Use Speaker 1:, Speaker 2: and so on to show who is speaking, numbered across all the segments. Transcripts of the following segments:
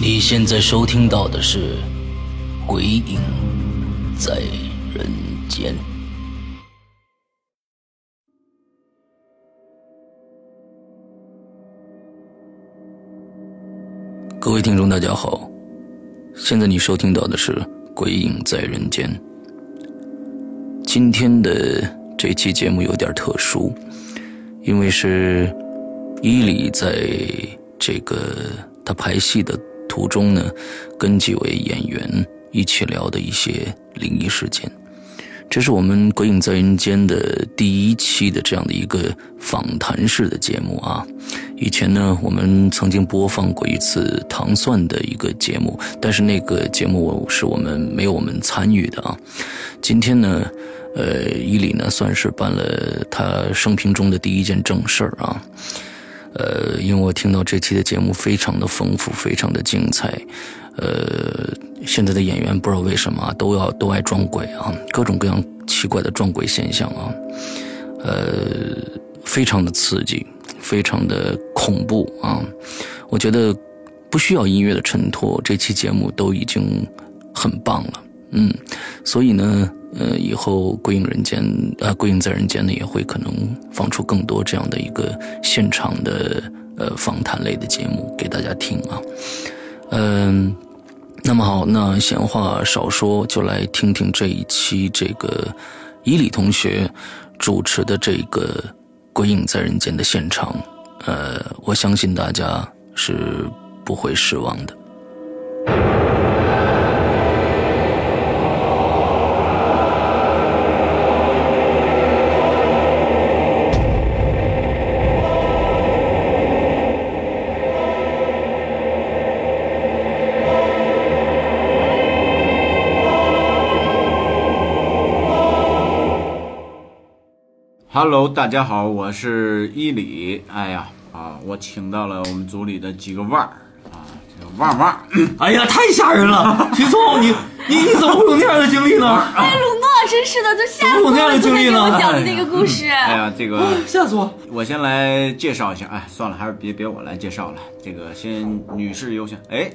Speaker 1: 你现在收听到的是《鬼影在人间》。各位听众，大家好，现在你收听到的是《鬼影在人间》。今天的这期节目有点特殊，因为是伊里在这个他排戏的途中呢，跟几位演员一起聊的一些灵异事件。这是我们《鬼影在人间》的第一期的这样的一个访谈式的节目啊。以前呢，我们曾经播放过一次糖蒜的一个节目，但是那个节目是我们没有我们参与的啊。今天呢，呃，伊里呢算是办了他生平中的第一件正事儿啊。呃，因为我听到这期的节目非常的丰富，非常的精彩。呃，现在的演员不知道为什么、啊、都要都爱撞鬼啊，各种各样奇怪的撞鬼现象啊，呃，非常的刺激，非常的恐怖啊。我觉得不需要音乐的衬托，这期节目都已经很棒了。嗯，所以呢，呃，以后《归隐人间》啊，《归隐在人间》呢，也会可能放出更多这样的一个现场的呃访谈类的节目给大家听啊。嗯，那么好，那闲话少说，就来听听这一期这个伊里同学主持的这个《鬼影在人间》的现场。呃，我相信大家是不会失望的。
Speaker 2: Hello，大家好，我是伊里。哎呀啊，我请到了我们组里的几个腕儿啊，这个旺旺，
Speaker 3: 哎呀，太吓人了！徐聪，你你你怎么会有那样的经历呢？
Speaker 4: 哎，鲁诺，真是的，就吓死
Speaker 3: 怎么有
Speaker 4: 我
Speaker 3: 那样
Speaker 4: 了！
Speaker 3: 的
Speaker 4: 昨
Speaker 3: 经历
Speaker 4: 天给
Speaker 3: 呢
Speaker 4: 我讲的那个故事，
Speaker 2: 哎呀，这个
Speaker 3: 吓死我！
Speaker 2: 我先来介绍一下。哎，算了，还是别别我来介绍了，这个先女士优先。哎，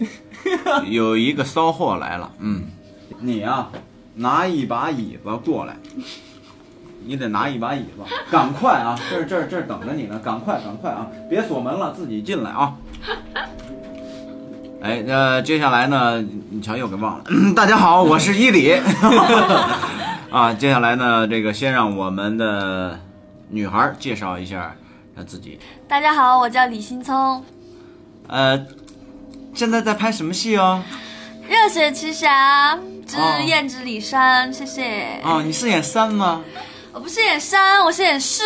Speaker 2: 有一个骚货来了，嗯，你啊，拿一把椅子过来。你得拿一把椅子，赶快啊！这儿这儿这儿等着你呢，赶快赶快啊！别锁门了，自己进来啊！哎，那接下来呢？你瞧，又给忘了。 大家好，我是伊里。 啊，接下来呢，这个先让我们的女孩儿介绍一下她自己。
Speaker 4: 大家好，我叫李新聪，
Speaker 2: 呃，现在在拍什么戏哦？
Speaker 4: 热血奇侠之
Speaker 2: 哦
Speaker 4: 燕之里山，谢谢。
Speaker 2: 哦，你是演三吗？
Speaker 4: 我不是演山，我是演市。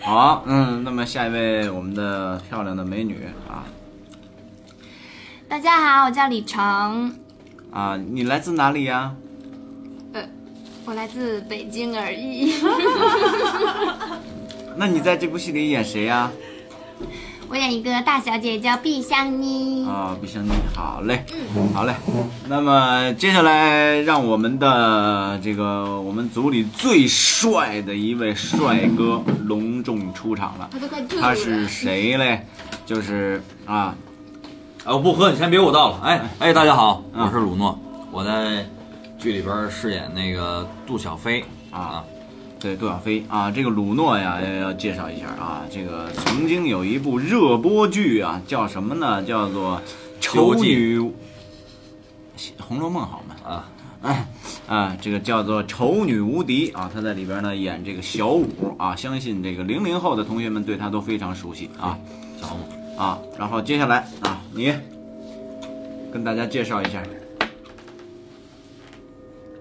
Speaker 2: 好，嗯，那么下一位我们的漂亮的美女啊
Speaker 5: 大家好，我叫李成，
Speaker 2: 啊，你来自哪里呀？
Speaker 5: 我来自北京而已。
Speaker 2: 那你在这部戏里演谁呀？
Speaker 5: 我演一个大小姐叫毕香妮。
Speaker 2: 啊，不行，你好嘞，好嘞。那么接下来让我们的这个我们组里最帅的一位帅哥隆重出场了。
Speaker 5: 他都快吐
Speaker 2: 他是谁嘞？就是啊，
Speaker 3: 哎，我不喝，你先别给我倒了。哎哎，大家好，
Speaker 2: 嗯
Speaker 3: 我是鲁诺，我在剧里边饰演那个杜小飞
Speaker 2: 啊，对，杜小飞啊，这个鲁诺呀，要要介绍一下啊，这个曾经有一部热播剧啊，叫什么呢？叫做《丑
Speaker 3: 西游记
Speaker 2: 女》《红楼梦》好吗？
Speaker 3: 啊，
Speaker 2: 啊，这个叫做《丑女无敌》啊，她在里边呢演这个小五啊，相信这个零零后的同学们对她都非常熟悉啊。
Speaker 3: 小红，
Speaker 2: 啊，然后接下来啊，你跟大家介绍一下，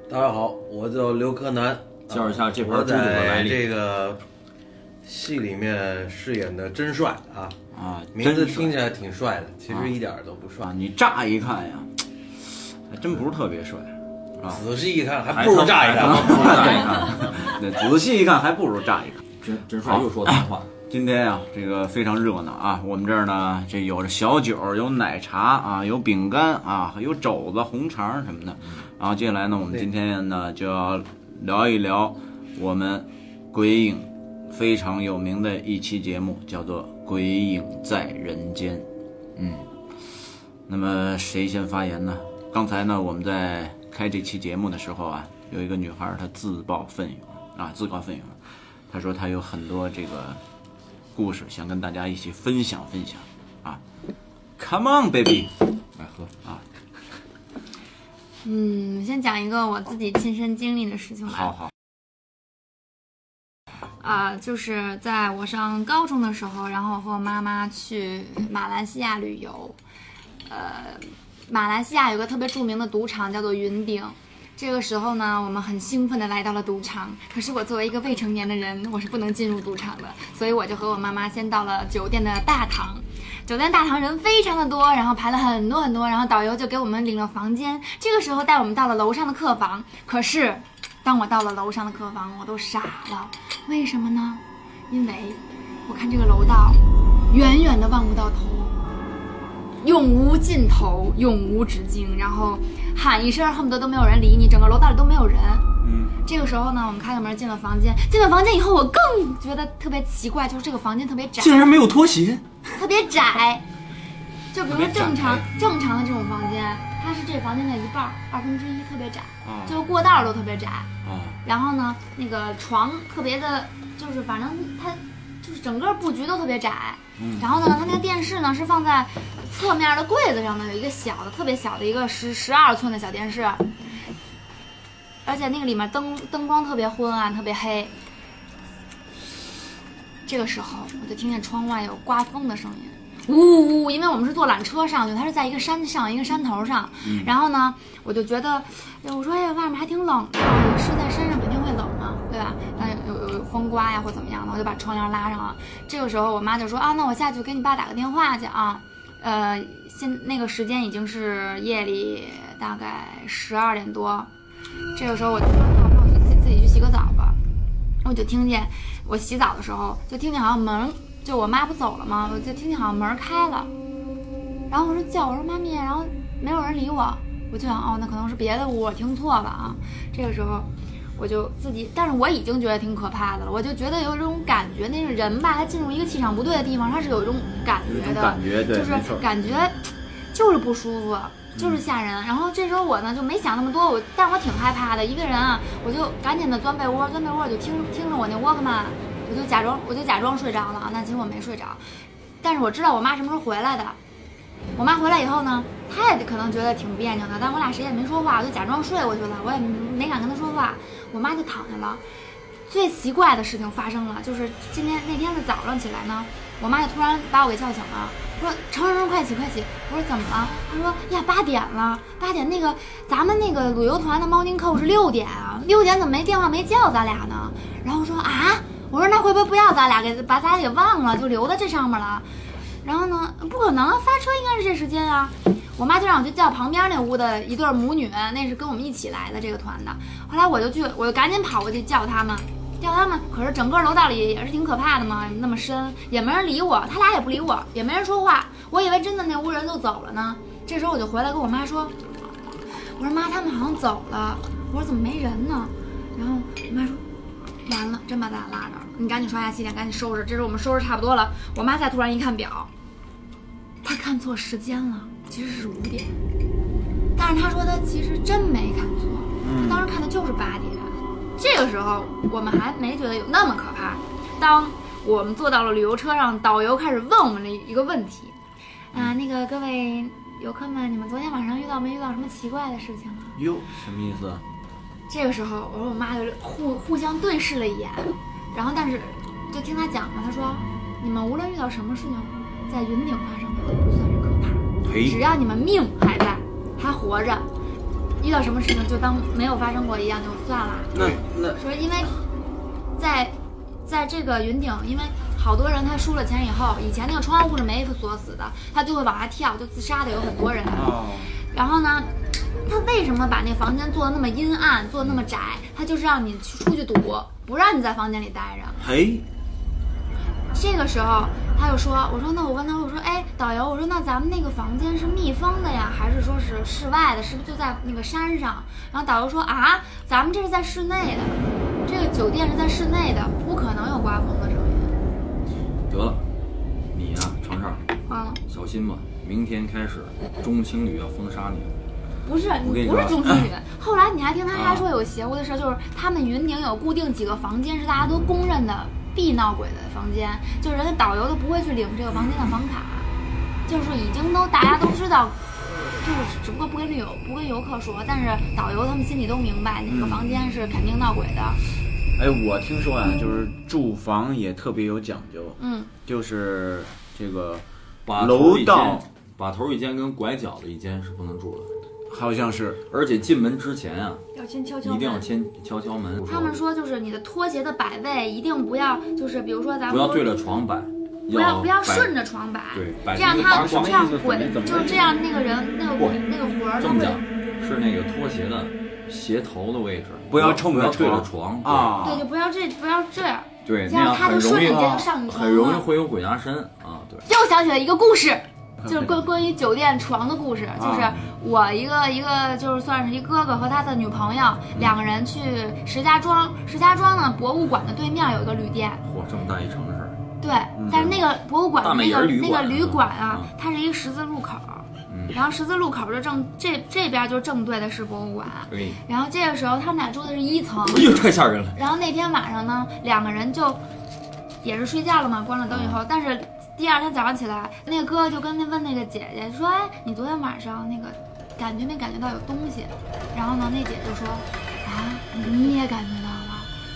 Speaker 6: 大家好，我叫刘柯南，
Speaker 2: 介绍一下这盘
Speaker 6: 我
Speaker 2: 猪肚的来
Speaker 6: 在
Speaker 2: 历
Speaker 6: 这个戏里面饰演的真帅啊，
Speaker 2: 啊，
Speaker 6: 名字
Speaker 2: 真是
Speaker 6: 听起来挺帅的，其
Speaker 2: 啊
Speaker 6: 实一点儿都不帅
Speaker 2: 啊，。你乍一看呀，还真不是特别帅，啊
Speaker 6: 仔细一看，还不
Speaker 3: 哦
Speaker 6: 如炸一看。
Speaker 2: 乍一看，对，仔细一看还不如乍一看。
Speaker 3: 真真帅又说大话，
Speaker 2: 今天啊，这个非常热闹啊！我们这儿呢，这有着小酒，有奶茶啊，有饼干啊，有肘子、红肠什么的。然后接下来呢，我们今天呢就要聊一聊我们鬼影非常有名的一期节目，叫做《鬼影在人间》。嗯，那么谁先发言呢？刚才呢，我们在开这期节目的时候啊，有一个女孩儿她自报奋勇啊，自告奋勇，她说她有很多这个故事，想跟大家一起分享分享啊。Come on, baby，来喝啊！
Speaker 5: 嗯，我先讲一个我自己亲身经历的事情吧。
Speaker 2: 好好，
Speaker 5: 啊、就是在我上高中的时候，然后和我妈妈去马来西亚旅游。呃，马来西亚有个特别著名的赌场叫做云顶。这个时候呢，我们很兴奋地来到了赌场。可是我作为一个未成年的人，我是不能进入赌场的，所以我就和我妈妈先到了酒店的大堂。酒店大堂人非常的多，然后排了很多很多，然后导游就给我们领了房间。这个时候带我们到了楼上的客房，可是当我到了楼上的客房，我都傻了。为什么呢？因为我看这个楼道，远远的望不到头，永无尽头，永无止境。然后喊一声，恨不得都没有人理你，整个楼道里都没有人。
Speaker 2: 嗯，
Speaker 5: 这个时候呢，我们开个门进了房间。进了房间以后，我更觉得特别奇怪，就是这个房间特别窄，
Speaker 3: 竟然没有拖鞋，
Speaker 5: 特别窄。就比如说
Speaker 2: 特别窄哎
Speaker 5: 正常正常的这种房间，它是这房间的一半儿，二分之一特别窄，
Speaker 2: 啊
Speaker 5: 就是过道儿都特别窄。
Speaker 7: 哦
Speaker 2: 啊，
Speaker 5: 然后呢，那个床特别的，就是反正它就是整个布局都特别窄。然后呢，它那个电视呢是放在侧面的柜子上的，有一个小的、特别小的一个十十二寸的小电视，而且那个里面灯灯光特别昏暗，特别黑。这个时候，我就听见窗外有刮风的声音，呜呜呜！因为我们是坐缆车上去，它是在一个山上，一个山头上。然后呢，我就觉得，哎，我说哎呀，外面还挺冷的，是在山上肯定会冷啊，对吧？但有有有风刮呀或怎么样的，我就把窗帘拉上了。这个时候，我妈就说啊，那我下去给你爸打个电话去啊。呃，现那个时间已经是夜里大概十二点多。这个时候我就说，那我就自己自己去洗个澡吧。我就听见我洗澡的时候，就听见好像门，就我妈不走了吗？我就听见好像门开了，然后我说叫我说妈咪，然后没有人理我，我就想哦，那可能是别的屋，我听错了啊。这个时候我就自己，但是我已经觉得挺可怕的了，我就觉得有这种感觉，那个人吧，他进入一个气场不对的地方，他是有一种感
Speaker 2: 有一
Speaker 5: 觉
Speaker 2: 种
Speaker 5: 的，
Speaker 2: 感觉，对，
Speaker 5: 就是
Speaker 2: 没错，嗯
Speaker 5: 感觉就是不舒服，就是吓人。然后这时候我呢就没想那么多，我但我挺害怕的，一个人啊，我就赶紧的钻被窝，钻被窝我就听听着我那 Walkman，我就假装我就假装睡着了啊，那其实我没睡着，但是我知道我妈什么时候回来的。我妈回来以后呢，她也可能觉得挺别扭的，但我俩谁也没说话，我就假装睡过去了，我也没敢跟她说话。我妈就躺下了。最奇怪的事情发生了，就是今天那天的早上起来呢，我妈就突然把我给叫醒了，说：“程程程，快起，快起！”我说：“怎么了？”她说：“呀，八点了，八点那个咱们那个旅游团的 morning call 是六点啊，六点怎么没电话没叫咱俩呢？”然后我说：“啊，我说那会不会不要咱俩给把咱俩给忘了，就留在这上面了？”然后呢，不可能，发车应该是这时间啊。我妈就让我去叫旁边那屋的一对母女，那是跟我们一起来的这个团的。后来我就去，我就赶紧跑过去叫他们，叫他们。可是整个楼道里也是挺可怕的嘛，那么深，也没人理我，他俩也不理我，也没人说话。我以为真的那屋人都走了呢。这时候我就回来跟我妈说，我说妈，他们好像走了。我说怎么没人呢？然后我妈说，完了，真把咱俩落这儿了。你赶紧刷牙洗脸，赶紧收拾。这时候我们收拾差不多了，我妈再突然一看表，她看错时间了，其实是五点。但是她说她其实真没看错，她当时看的就是八点。这个时候我们还没觉得有那么可怕。当我们坐到了旅游车上，导游开始问我们了一个问题：啊，那个各位游客们，你们昨天晚上遇到没遇到什么奇怪的事情啊？
Speaker 2: 哟，什么意思？
Speaker 5: 这个时候，我和我妈就互互相对视了一眼，然后但是就听她讲嘛，她说你们无论遇到什么事情，在云顶发生的都不算是可怕，
Speaker 2: 嘿
Speaker 5: 只要你们命还在，还活着，遇到什么事情就当没有发生过一样就算了。
Speaker 2: 那那
Speaker 5: 说因为在在这个云顶，因为好多人他输了钱以后，以前那个窗户是没锁死的，他就会往下跳，就自杀的有很多人。
Speaker 2: 哦，
Speaker 5: 然后呢，他为什么把那房间做的那么阴暗，做得那么窄？他就是让你去出去赌，不让你在房间里待着。
Speaker 2: 嘿，
Speaker 5: 这个时候他就说：“我说那我问他，我说哎，导游，我说那咱们那个房间是密封的呀，还是说是室外的？是不是就在那个山上？”然后导游说：“啊，咱们这是在室内的，这个酒店是在室内的，不可能有刮风的声音。
Speaker 7: 得了，你呀、长少，”
Speaker 5: 啊，
Speaker 7: 小心吧！明天开始，中青旅要封杀你了。
Speaker 5: 不是，
Speaker 7: 我跟
Speaker 5: 你
Speaker 7: 你
Speaker 5: 不
Speaker 7: 说
Speaker 5: 是
Speaker 7: 啊
Speaker 5: 中啊青旅。后来你还听他还说有邪乎的事儿，就是他们云顶有固定几个房间是大家都公认的必闹鬼的房间，就是人家导游都不会去领这个房间的房卡，就是已经都大家都知道，就是只不过不跟旅游不跟游客说，但是导游他们心里都明白哪个房间是肯定闹鬼的。
Speaker 2: 哎，我听说啊，就是住房也特别有讲究，
Speaker 5: 嗯，
Speaker 2: 就是这个
Speaker 7: 把头一
Speaker 2: 楼道
Speaker 7: 间，把头一间跟拐角的一间是不能住的，
Speaker 2: 好像是
Speaker 7: 而且进门之前啊，
Speaker 4: 要先敲
Speaker 7: 一定要先敲敲门。
Speaker 5: 他们说就是你的拖鞋的摆位一定不要，就是比如说咱们
Speaker 7: 不要
Speaker 5: 都
Speaker 7: 对着床摆，
Speaker 5: 不要不要
Speaker 7: 摆
Speaker 5: 顺着床摆，
Speaker 7: 对摆
Speaker 5: 这样
Speaker 7: 一个
Speaker 5: 他
Speaker 7: 八卦
Speaker 5: 这样
Speaker 7: 意思是
Speaker 5: 鬼
Speaker 7: 你怎么
Speaker 5: 就是这样那个人那个
Speaker 7: 不
Speaker 5: 鬼那个魂儿
Speaker 7: 这
Speaker 5: 他
Speaker 7: 么
Speaker 5: 会
Speaker 7: 讲，是那个拖鞋的鞋头的位置，
Speaker 2: 不要冲
Speaker 7: 不
Speaker 2: 着
Speaker 7: 要对着
Speaker 2: 床
Speaker 7: 床，
Speaker 2: 啊，
Speaker 5: 对，就不要这不要这样，
Speaker 7: 对，
Speaker 5: 这
Speaker 7: 那
Speaker 5: 样
Speaker 7: 样
Speaker 5: 他
Speaker 7: 很
Speaker 5: 就
Speaker 7: 容
Speaker 5: 顺
Speaker 7: 易
Speaker 5: 着你就上你床
Speaker 7: 很容易
Speaker 5: 了。
Speaker 7: 会有鬼压身啊，对。
Speaker 5: 又想起来一个 故事，就是关关于酒店床的故事，
Speaker 7: 啊
Speaker 5: 就是
Speaker 2: 啊
Speaker 5: 我一个一个就是算是一哥哥和他的女朋友，
Speaker 7: 嗯
Speaker 5: 两个人去石家庄，石家庄呢博物馆的对面有一个旅店，
Speaker 7: 嚯，这么大一城市，
Speaker 5: 对，但是那个博物馆
Speaker 7: 嗯大美
Speaker 5: 那
Speaker 7: 人儿
Speaker 5: 个
Speaker 7: 旅
Speaker 5: 那个
Speaker 7: 馆
Speaker 5: 旅馆啊
Speaker 7: 嗯，
Speaker 5: 它是一个十字路口，
Speaker 7: 嗯
Speaker 5: 然后十字路口就正这这边就正对的是博 物馆，
Speaker 7: 哎，
Speaker 5: 然后这个时候他们俩住的是一层，
Speaker 7: 哎呦，太吓人了。
Speaker 5: 然后那天晚上呢，两个人就也是睡觉了嘛，关了灯以后，但是第二天早上起来，那个哥哥就跟那问那个姐姐说：“哎，你昨天晚上那个感觉没感觉到有东西？”然后呢，那姐就说：“啊，你也感觉到了。”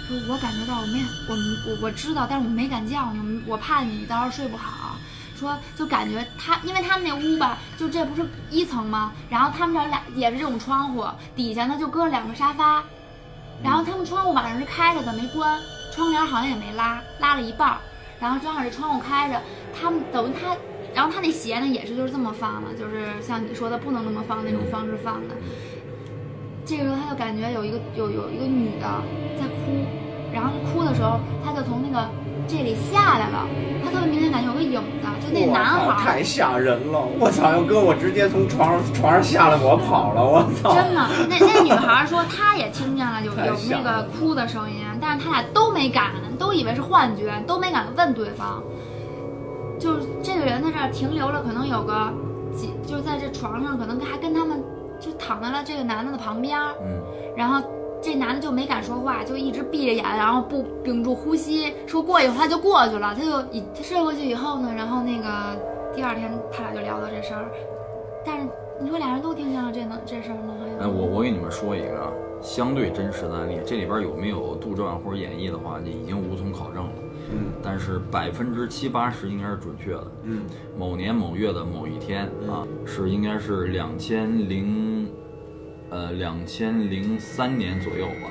Speaker 5: 说我感觉到我没我我我知道，但是我没敢叫你，我怕你到时候睡不好。说就感觉他，因为他们那屋吧，就这不是一层吗？然后他们这俩也是这种窗户，底下呢就搁了两个沙发，然后他们窗户晚上是开着的，没关，窗帘好像也没拉，拉了一半儿，然后正好这窗户开着，他们等于他，然后他那鞋呢也是就是这么放的，就是像你说的不能那么放那种方式放的。这个时候他就感觉有一个有有一个女的在哭，然后哭的时候他就从那个这里下来了，他特别明显感觉有个影子，就那男孩儿
Speaker 6: 太吓人了！我操，要哥我直接从床上床上下来，我跑了！我操，
Speaker 5: 真 的，那那女孩说她也听见了有
Speaker 6: 太
Speaker 5: 有
Speaker 6: 吓
Speaker 5: 那
Speaker 6: 人
Speaker 5: 个
Speaker 6: 了
Speaker 5: 哭的声音，但是他俩都没敢，都以为是幻觉，都没敢问对方。就是这个人在这儿停留了，可能有个几，就是在这床上，可能还跟他们就躺在了这个男的的旁边儿，
Speaker 7: 嗯，
Speaker 5: 然后这男的就没敢说话，就一直闭着眼，然后不屏住呼吸，说过一会儿他就过去了，他就一他睡过去以后呢，然后那个第二天他俩就聊到这事儿，但是你说俩人都听见了这能这事儿呢？好像
Speaker 7: 哎，我我给你们说一个啊，相对真实的案例，这里边有没有杜撰或者演绎的话，你已经无从考证了。
Speaker 2: 嗯，
Speaker 7: 但是百分之七八十应该是准确的。
Speaker 2: 嗯，
Speaker 7: 某年某月的某一天啊，是应该是两千零，呃，两千零三年左右吧，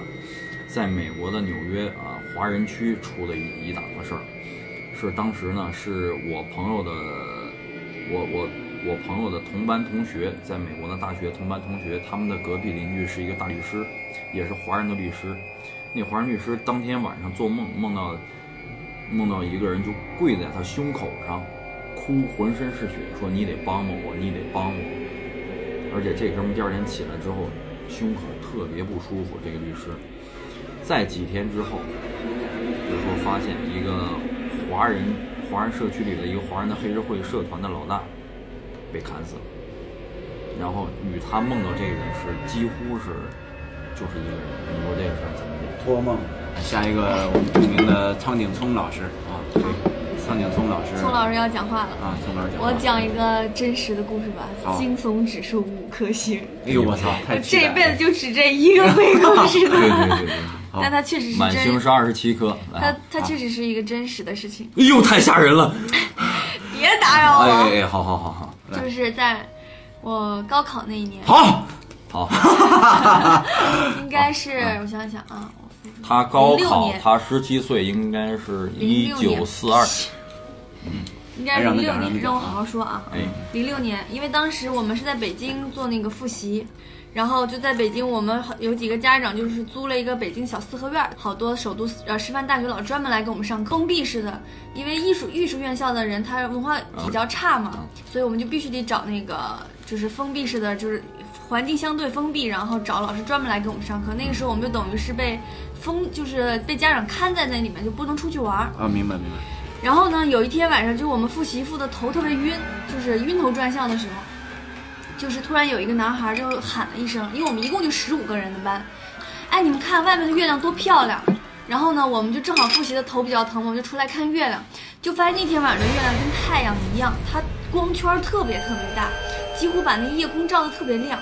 Speaker 7: 在美国的纽约啊华人区出了一一档子事儿，是当时呢是我朋友的，我我我朋友的同班同学，在美国的大学同班同学，他们的隔壁邻居是一个大律师，也是华人的律师。那华人律师当天晚上做梦，梦到梦到一个人就跪在他胸口上，哭，浑身是血，说你得帮帮我，你得帮我。而且这哥们第二天起来之后，胸口特别不舒服。这个律师，在几天之后，有时候发现一个华人华人社区里的一个华人的黑社会社团的老大被砍死了，然后与他梦到这个人是几乎是就是一个人。你说这个事儿怎么解
Speaker 2: 托梦。下一个我们著名的苍井聪老师啊，苍井聪老师，
Speaker 4: 宋老师要讲话了，
Speaker 2: 啊，聪老师讲话，
Speaker 4: 我讲一个真实的故事吧
Speaker 2: 好，
Speaker 4: 惊悚指数五颗星，
Speaker 2: 哎呦我操，太期待
Speaker 4: 这
Speaker 2: 了
Speaker 4: 辈子就只这一个鬼故事
Speaker 7: 对对
Speaker 4: 了，
Speaker 7: 对对对，
Speaker 4: 但它确实是
Speaker 7: 满星
Speaker 4: 真，
Speaker 7: 是二十七颗。
Speaker 4: 它
Speaker 7: 来，啊
Speaker 4: 它确实是一个真实的事情。
Speaker 7: 哎呦，太吓人了！
Speaker 4: 别打扰
Speaker 7: 哎
Speaker 4: 了。
Speaker 7: 哎哎，好好好好
Speaker 4: 就是在我高考那一年，
Speaker 2: 好，
Speaker 7: 好，
Speaker 4: 应该是我想想啊，我复述
Speaker 7: 他高
Speaker 4: 06
Speaker 7: 考
Speaker 4: 年
Speaker 7: 他十七岁，应该是一
Speaker 4: 06
Speaker 7: 九
Speaker 4: 年
Speaker 7: 四二，
Speaker 4: 应该是
Speaker 2: 让
Speaker 4: 零
Speaker 2: 他
Speaker 4: 六
Speaker 2: 讲让他
Speaker 4: 年，
Speaker 2: 讲
Speaker 4: 让我好好说啊。
Speaker 7: 哎，
Speaker 4: 零六年，因为当时我们是在北京做那个复习，然后就在北京，我们好有几个家长就是租了一个北京小四合院儿，好多首都呃师范大学老师专门来给我们上课封闭式的，因为艺术艺术院校的人他文化比较差嘛，所以我们就必须得找那个就是封闭式的，就是环境相对封闭，然后找老师专门来给我们上课。那个时候我们就等于是被封，就是被家长看在那里面，就不能出去玩儿。
Speaker 2: 啊，明白明白，
Speaker 4: 然后呢，有一天晚上，就我们复习复的头特别晕，就是晕头转向的时候，就是突然有一个男孩就喊了一声，因为我们一共就十五个人的班，哎，你们看外面的月亮多漂亮。然后呢，我们就正好复习的头比较疼，我们就出来看月亮，就发现那天晚上的月亮跟太阳一样，它光圈儿特别特别大，几乎把那夜空照得特别亮。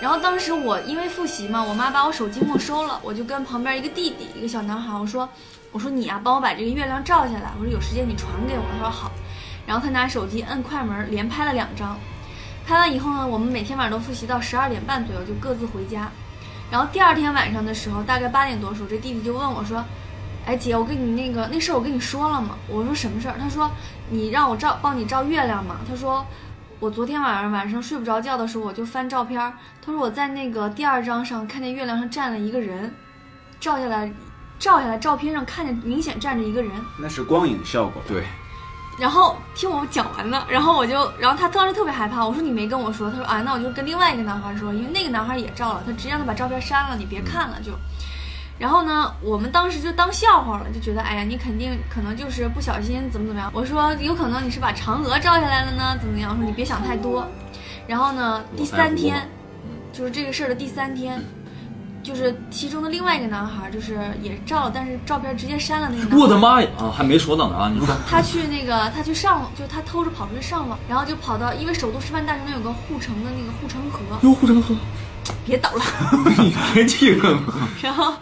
Speaker 4: 然后当时我因为复习嘛，我妈把我手机没收了，我就跟旁边一个弟弟，一个小男孩，我说，我说你呀、啊帮我把这个月亮照下来，我说有时间你传给我，他说好。然后他拿手机摁快门，连拍了两张。拍完以后呢，我们每天晚上都复习到十二点半左右就各自回家。然后第二天晚上的时候，大概八点多的时候，这弟弟就问我说：“哎姐，我跟你那个那事儿我跟你说了吗？”我说什么事儿？他说：“你让我照帮你照月亮嘛。”他说：“我昨天晚上晚上睡不着觉的时候，我就翻照片儿，他说我在那个第二张上看见月亮上站了一个人，照下来，照下来照片上看见明显站着一个人。
Speaker 2: 那是光影效果，
Speaker 7: 对，
Speaker 4: 然后听我讲完了，然后我就，然后他当时特别害怕，我说你没跟我说，他说啊，那我就跟另外一个男孩说，因为那个男孩也照了，他直接让他把照片删了，你别看了就。然后呢，我们当时就当笑话了，就觉得哎呀，你肯定可能就是不小心怎么怎么样。我说有可能你是把嫦娥照下来了呢，怎么样？我说你别想太多。然后呢，第三天， 就是这个事儿的第三天，就是其中的另外一个男孩，就是也照了，但是照片直接删了那个男孩。
Speaker 7: 我的妈呀啊，还没说到呢啊，你说，
Speaker 4: 他去那个，他去上，就他偷着跑出去上网，然后就跑到，因为首都师范大学那有个护城的那个护城河，
Speaker 3: 哟，护城河，
Speaker 4: 别捣乱。
Speaker 3: 你别气愤 了。
Speaker 4: 然后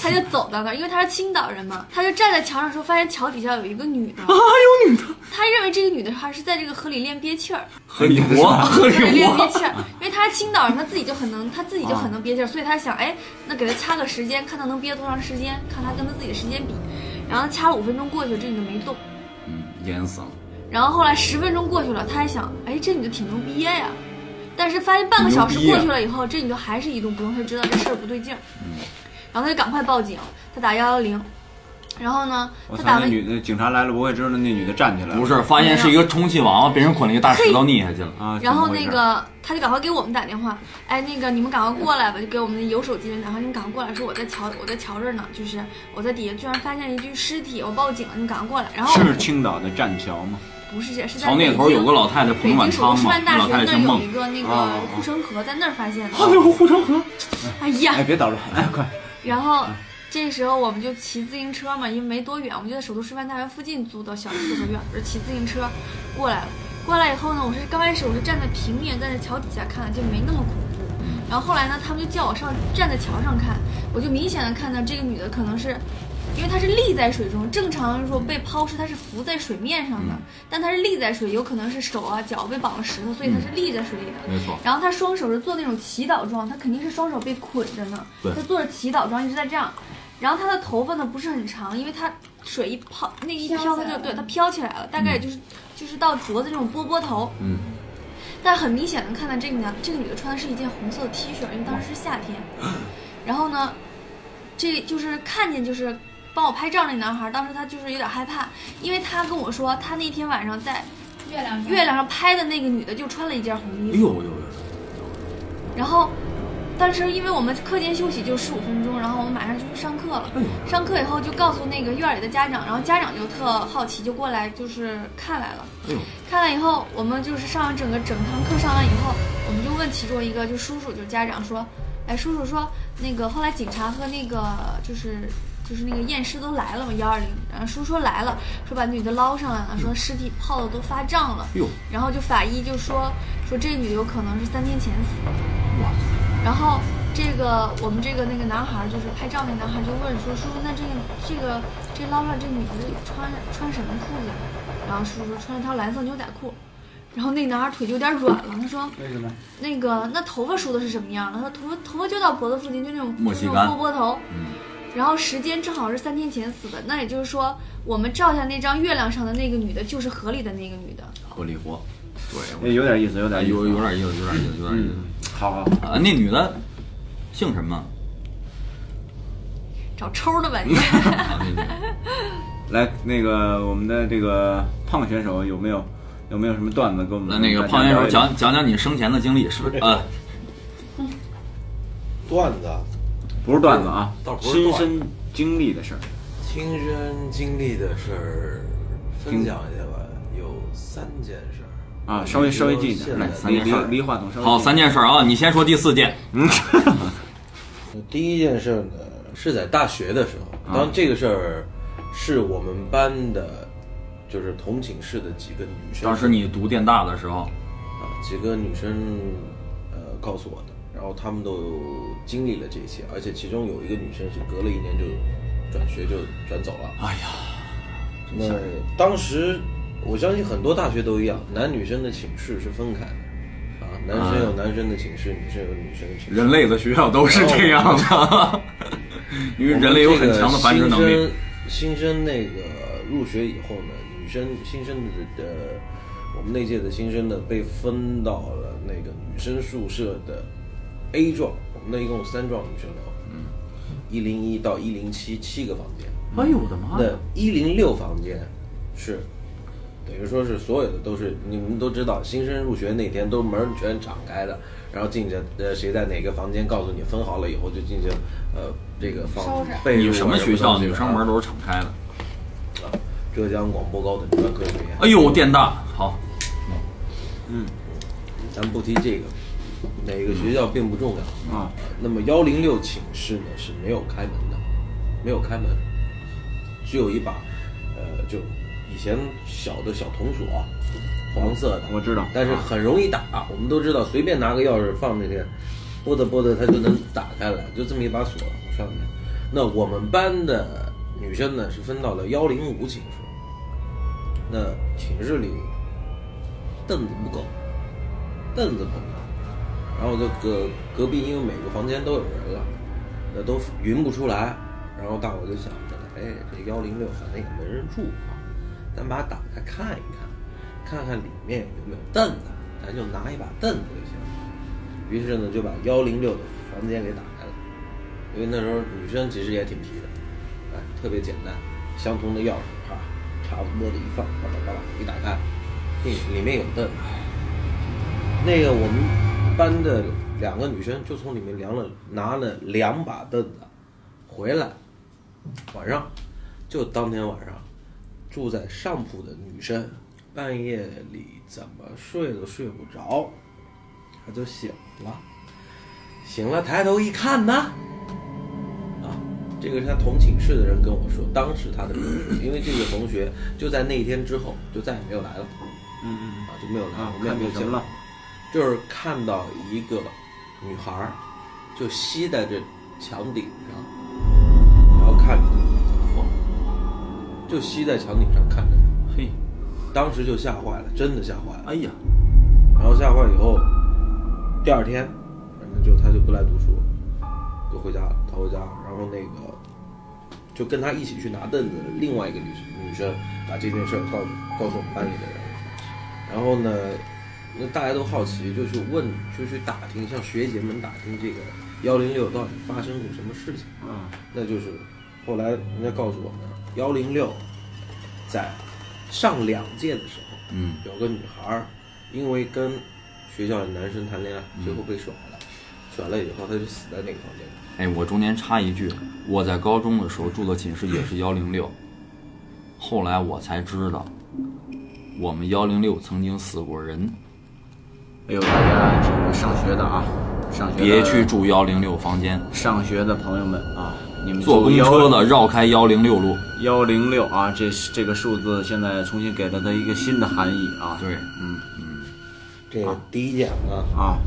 Speaker 4: 他就走到那儿，因为他是青岛人嘛，他就站在桥上的时候，发现桥底下有一个女 的，
Speaker 3: 啊，有女的，
Speaker 4: 他认为这个女的还是在这个河里练憋气儿，
Speaker 3: 和你活，和
Speaker 4: 在
Speaker 3: 你
Speaker 4: 练
Speaker 3: 活。
Speaker 4: 憋气儿，因为他是青岛人，他自己就很能，他自己就很能憋气儿，所以他想，哎，那给他掐个时间，看他能憋多长时间，看他跟他自己的时间比，然后掐了五分钟过去，这女的没动。
Speaker 7: 嗯，淹死了，
Speaker 4: 然后后来十分钟过去了，他还想，哎，这女的挺牛逼呀、但是发现半个小时
Speaker 2: 啊
Speaker 4: 过去了以后，这女的还是一动不动，他就知道这事儿不对劲儿，
Speaker 2: 嗯
Speaker 4: 然后他就赶快报警，他打幺幺零，然后呢，
Speaker 2: 我
Speaker 4: 他
Speaker 2: 操，
Speaker 4: 打
Speaker 2: 那
Speaker 4: 完
Speaker 2: 女的警察来了不会知道那女的站起来了
Speaker 7: 不是，发现是一个充气娃娃被人捆了一个大石头溺下去了，
Speaker 2: 啊，
Speaker 4: 然后
Speaker 2: 怎么回
Speaker 4: 那
Speaker 2: 事
Speaker 4: 个他就赶快给我们打电话，哎，那个你们赶快过来吧，就给我们的有手机的人打电话，你们赶快过来，说我在桥我在桥这儿呢，就是我在底下居然发现一具尸体，我报警了，你们赶快过来。然后
Speaker 7: 啊
Speaker 2: 是青岛的栈桥吗？
Speaker 4: 不是这是在
Speaker 7: 桥那
Speaker 4: 北
Speaker 7: 头有
Speaker 4: 京
Speaker 7: 个老太太
Speaker 4: 北
Speaker 7: 捧碗
Speaker 4: 京首都
Speaker 7: 汤
Speaker 4: 师
Speaker 7: 嘛，
Speaker 4: 范
Speaker 7: 那
Speaker 4: 大
Speaker 7: 老
Speaker 4: 学
Speaker 7: 太太
Speaker 4: 那儿
Speaker 7: 姓
Speaker 4: 有
Speaker 7: 孟，
Speaker 4: 一个那
Speaker 2: 啊
Speaker 4: 个护城河，在那儿发现的。
Speaker 3: 那护城河，
Speaker 4: 哎呀
Speaker 2: 哎，，别捣乱，哎，快，
Speaker 4: 然后这时候我们就骑自行车嘛，因为没多远，我们就在首都师范大学附近租的小四合院，我就骑自行车过来了。过来以后呢，我是刚开始我是站在平面，站在桥底下看，就没那么恐怖。然后后来呢，他们就叫我上站在桥上看，我就明显的看到这个女的可能是，因为她是立在水中，正常说被抛尸她是浮在水面上的，但她是立在水，有可能是手啊脚被绑了石头，所以她是立在水里的。
Speaker 7: 没错，
Speaker 4: 然后他双手是做那种祈祷状，他肯定是双手被捆着呢。
Speaker 7: 对
Speaker 4: 他做着祈祷状，一直在这样。然后他的头发呢不是很长，因为他水一泡那一飘，他就对他飘起来了，大概也就是、就是到脖子这种波波头。
Speaker 7: 嗯。
Speaker 4: 但很明显能看到这个男这个女的穿的是一件红色的 T 恤，因为当时是夏天。然后呢，这就是看见就是帮我拍照那男孩，当时他就是有点害怕，因为他跟我说他那天晚上在
Speaker 5: 月亮
Speaker 4: 月亮上拍的那个女的就穿了一件红衣服
Speaker 7: 哎。呦呦呦，
Speaker 4: 然后，但是因为我们课间休息就十五分钟，然后我们马上就去上课了。
Speaker 7: 哎
Speaker 4: 上课以后就告诉那个院儿里的家长，然后家长就特好奇，就过来就是看来了。
Speaker 7: 哎呦，
Speaker 4: 看了以后，我们就是上完整个整堂课上完以后，我们就问其中一个就叔叔就家长说，哎，叔叔说那个后来警察和那个就是。就是那个验尸都来了嘛，幺二零，然后叔说来了，说把女的捞上来了，说尸体泡的都发胀了，
Speaker 7: 呦
Speaker 4: 然后就法医就说说这女的有可能是三天前死的，然后这个我们这个那个男孩儿就是拍照那男孩儿就问说叔叔那这个这个这捞上这女的穿穿什么裤子？然后叔叔穿了条蓝色牛仔裤，然后那男孩腿就有点软了，他说
Speaker 2: 为什么？
Speaker 4: 那个那头发梳的是什么样的？他说头发头发就到脖子附近，就那种
Speaker 7: 莫西
Speaker 4: 那
Speaker 7: 干
Speaker 4: 种波波头。
Speaker 7: 嗯，
Speaker 4: 然后时间正好是三天前死的，那也就是说，我们照下那张月亮上的那个女的，就是河里的那个女的。
Speaker 7: 合理活，对，
Speaker 2: 哎有点意思，有
Speaker 7: 我
Speaker 2: 点意思，
Speaker 7: 哎
Speaker 2: 啊
Speaker 7: 有有点意思，有点意思，有点意思。
Speaker 2: 好好，
Speaker 7: 啊，那女的姓什么？
Speaker 4: 找抽的吧你。
Speaker 7: 啊，那女
Speaker 6: 嗯
Speaker 7: 的
Speaker 2: 来，那个我们的这个胖选手有没有有没有什么段子给我们？
Speaker 7: 那那个胖先生讲讲讲你生前的经历，是不是？呃，
Speaker 6: 段子啊，
Speaker 2: 不是段子啊，
Speaker 6: 倒不是
Speaker 2: 亲
Speaker 6: 段
Speaker 2: 身经历的事儿。
Speaker 6: 亲身经历的事儿分享一下吧，有三件事儿
Speaker 2: 啊，稍微稍微近一点，来
Speaker 7: 嗯
Speaker 6: 现在，
Speaker 7: 三
Speaker 2: 离
Speaker 7: 件
Speaker 2: 离
Speaker 7: 事儿
Speaker 2: 离话筒稍微
Speaker 7: 好，
Speaker 2: 近
Speaker 7: 三件事儿啊，你先说第四件。
Speaker 2: 嗯
Speaker 6: 第一件事儿呢，是在大学的时
Speaker 2: 啊
Speaker 6: 候，当这个事儿是我们班的，就是同寝室的几个女生，
Speaker 7: 当时你读电大的时候，
Speaker 6: 啊，几个女生呃告诉我的，然后她们都经历了这些，而且其中有一个女生是隔了一年就转学就转走了。
Speaker 7: 哎呀，
Speaker 6: 那当时我相信很多大学都一样，男女生的寝室是分开的，啊，男生有男生的寝室，女生有女生的寝室。
Speaker 7: 人类的学校都是这样的， 因为人类有很强的繁殖能
Speaker 6: 我
Speaker 7: 力
Speaker 6: 们。这个新生新生那个入学以后呢，女生新生的的呃我们那届的新生呢，被分到了那个女生宿舍的 A 幢，我们那一共有三幢女生楼，嗯，一零一到一零七七个房间，
Speaker 7: 哎呦我的妈！
Speaker 6: 那一零六房间是。等于说是所有的都是你们都知道，新生入学那天都门全敞开的，然后进去呃谁在哪个房间告诉你分好了以后就进去呃这个放被褥
Speaker 7: 你什么学校？女生门
Speaker 6: 都
Speaker 7: 都是敞开的。
Speaker 6: 啊浙江广播高等专科学院。
Speaker 7: 哎呦，电大好，
Speaker 6: 咱不提这个，哪个学校并不重要
Speaker 2: 啊。
Speaker 6: 那么幺零六寝室呢是没有开门的，没有开门，只有一把，呃，就以前小的小铜锁，黄色的，
Speaker 2: 我知道啊
Speaker 6: 但是很容易打。啊我们都知道，随便拿个钥匙放进去，拨的拨的它就能打开了，就这么一把锁上面。那我们班的女生呢是分到了幺零五寝室，那寝室里凳子不够，凳子不够，然后就隔隔壁，因为每个房间都有人了，那都匀不出来。然后大伙就想着，哎，这幺零六反正也没人住啊，咱把它打开看一看，看看里面有没有凳子，咱就拿一把凳子就行。于是呢，就把幺零六的房间给打开了，因为那时候女生其实也挺皮的，哎，特别简单，相同的钥匙，啪，差不多的一放，巴拉巴拉一打开，嘿，里面有凳子。 那个我们班的两个女生就从里面量了拿了两把凳子回来，晚上就当天晚上，住在上铺的女生半夜里怎么睡都睡不着，她就醒了，醒了抬头一看呢，啊，这个是她同寝室的人跟我说，当时她的同学，因为这个同学就在那一天之后就再也没有来了，
Speaker 2: 嗯嗯
Speaker 6: 啊就没有来，
Speaker 2: 啊
Speaker 6: 我，们也
Speaker 2: 看
Speaker 6: 没有
Speaker 2: 见什
Speaker 6: 见
Speaker 2: 么
Speaker 6: 过
Speaker 2: 了？
Speaker 6: 就是看到一个女孩儿，就吸在这墙顶上，然后看着她，就吸在墙顶上看着她，
Speaker 7: 嘿，
Speaker 6: 当时就吓坏了，真的吓坏了。
Speaker 7: 哎呀，
Speaker 6: 然后吓坏以后，第二天，反正就他就不来读书，就回家了，他回家，然后那个就跟他一起去拿凳子的另外一个女生女生把这件事儿告诉告诉我们班里的人，然后呢，那大家都好奇，就去问，就去打听，向学姐们打听这个幺零六到底发生过什么事情。
Speaker 2: 啊，
Speaker 6: 那就是后来人家告诉我们，幺零六在上两届的时候，
Speaker 7: 嗯，
Speaker 6: 有个女孩儿因为跟学校的男生谈恋爱，
Speaker 7: 嗯
Speaker 6: 最后被甩了，甩了以后她就死在那个房间里。
Speaker 7: 哎，我中间插一句，我在高中的时候住的寝室也是幺零六，后来我才知道，我们幺零六曾经死过人，
Speaker 2: 哎呦，大家这个上学的啊，上学的
Speaker 7: 别去住幺零六房间，
Speaker 2: 上学的朋友们啊，你们
Speaker 6: 嗯
Speaker 7: 坐公车的绕开幺零六路。
Speaker 2: 幺零六啊，这这个数字现在重新给了它一个新的含义啊。
Speaker 7: 对，
Speaker 2: 嗯
Speaker 6: 这个第一件啊，
Speaker 2: 啊，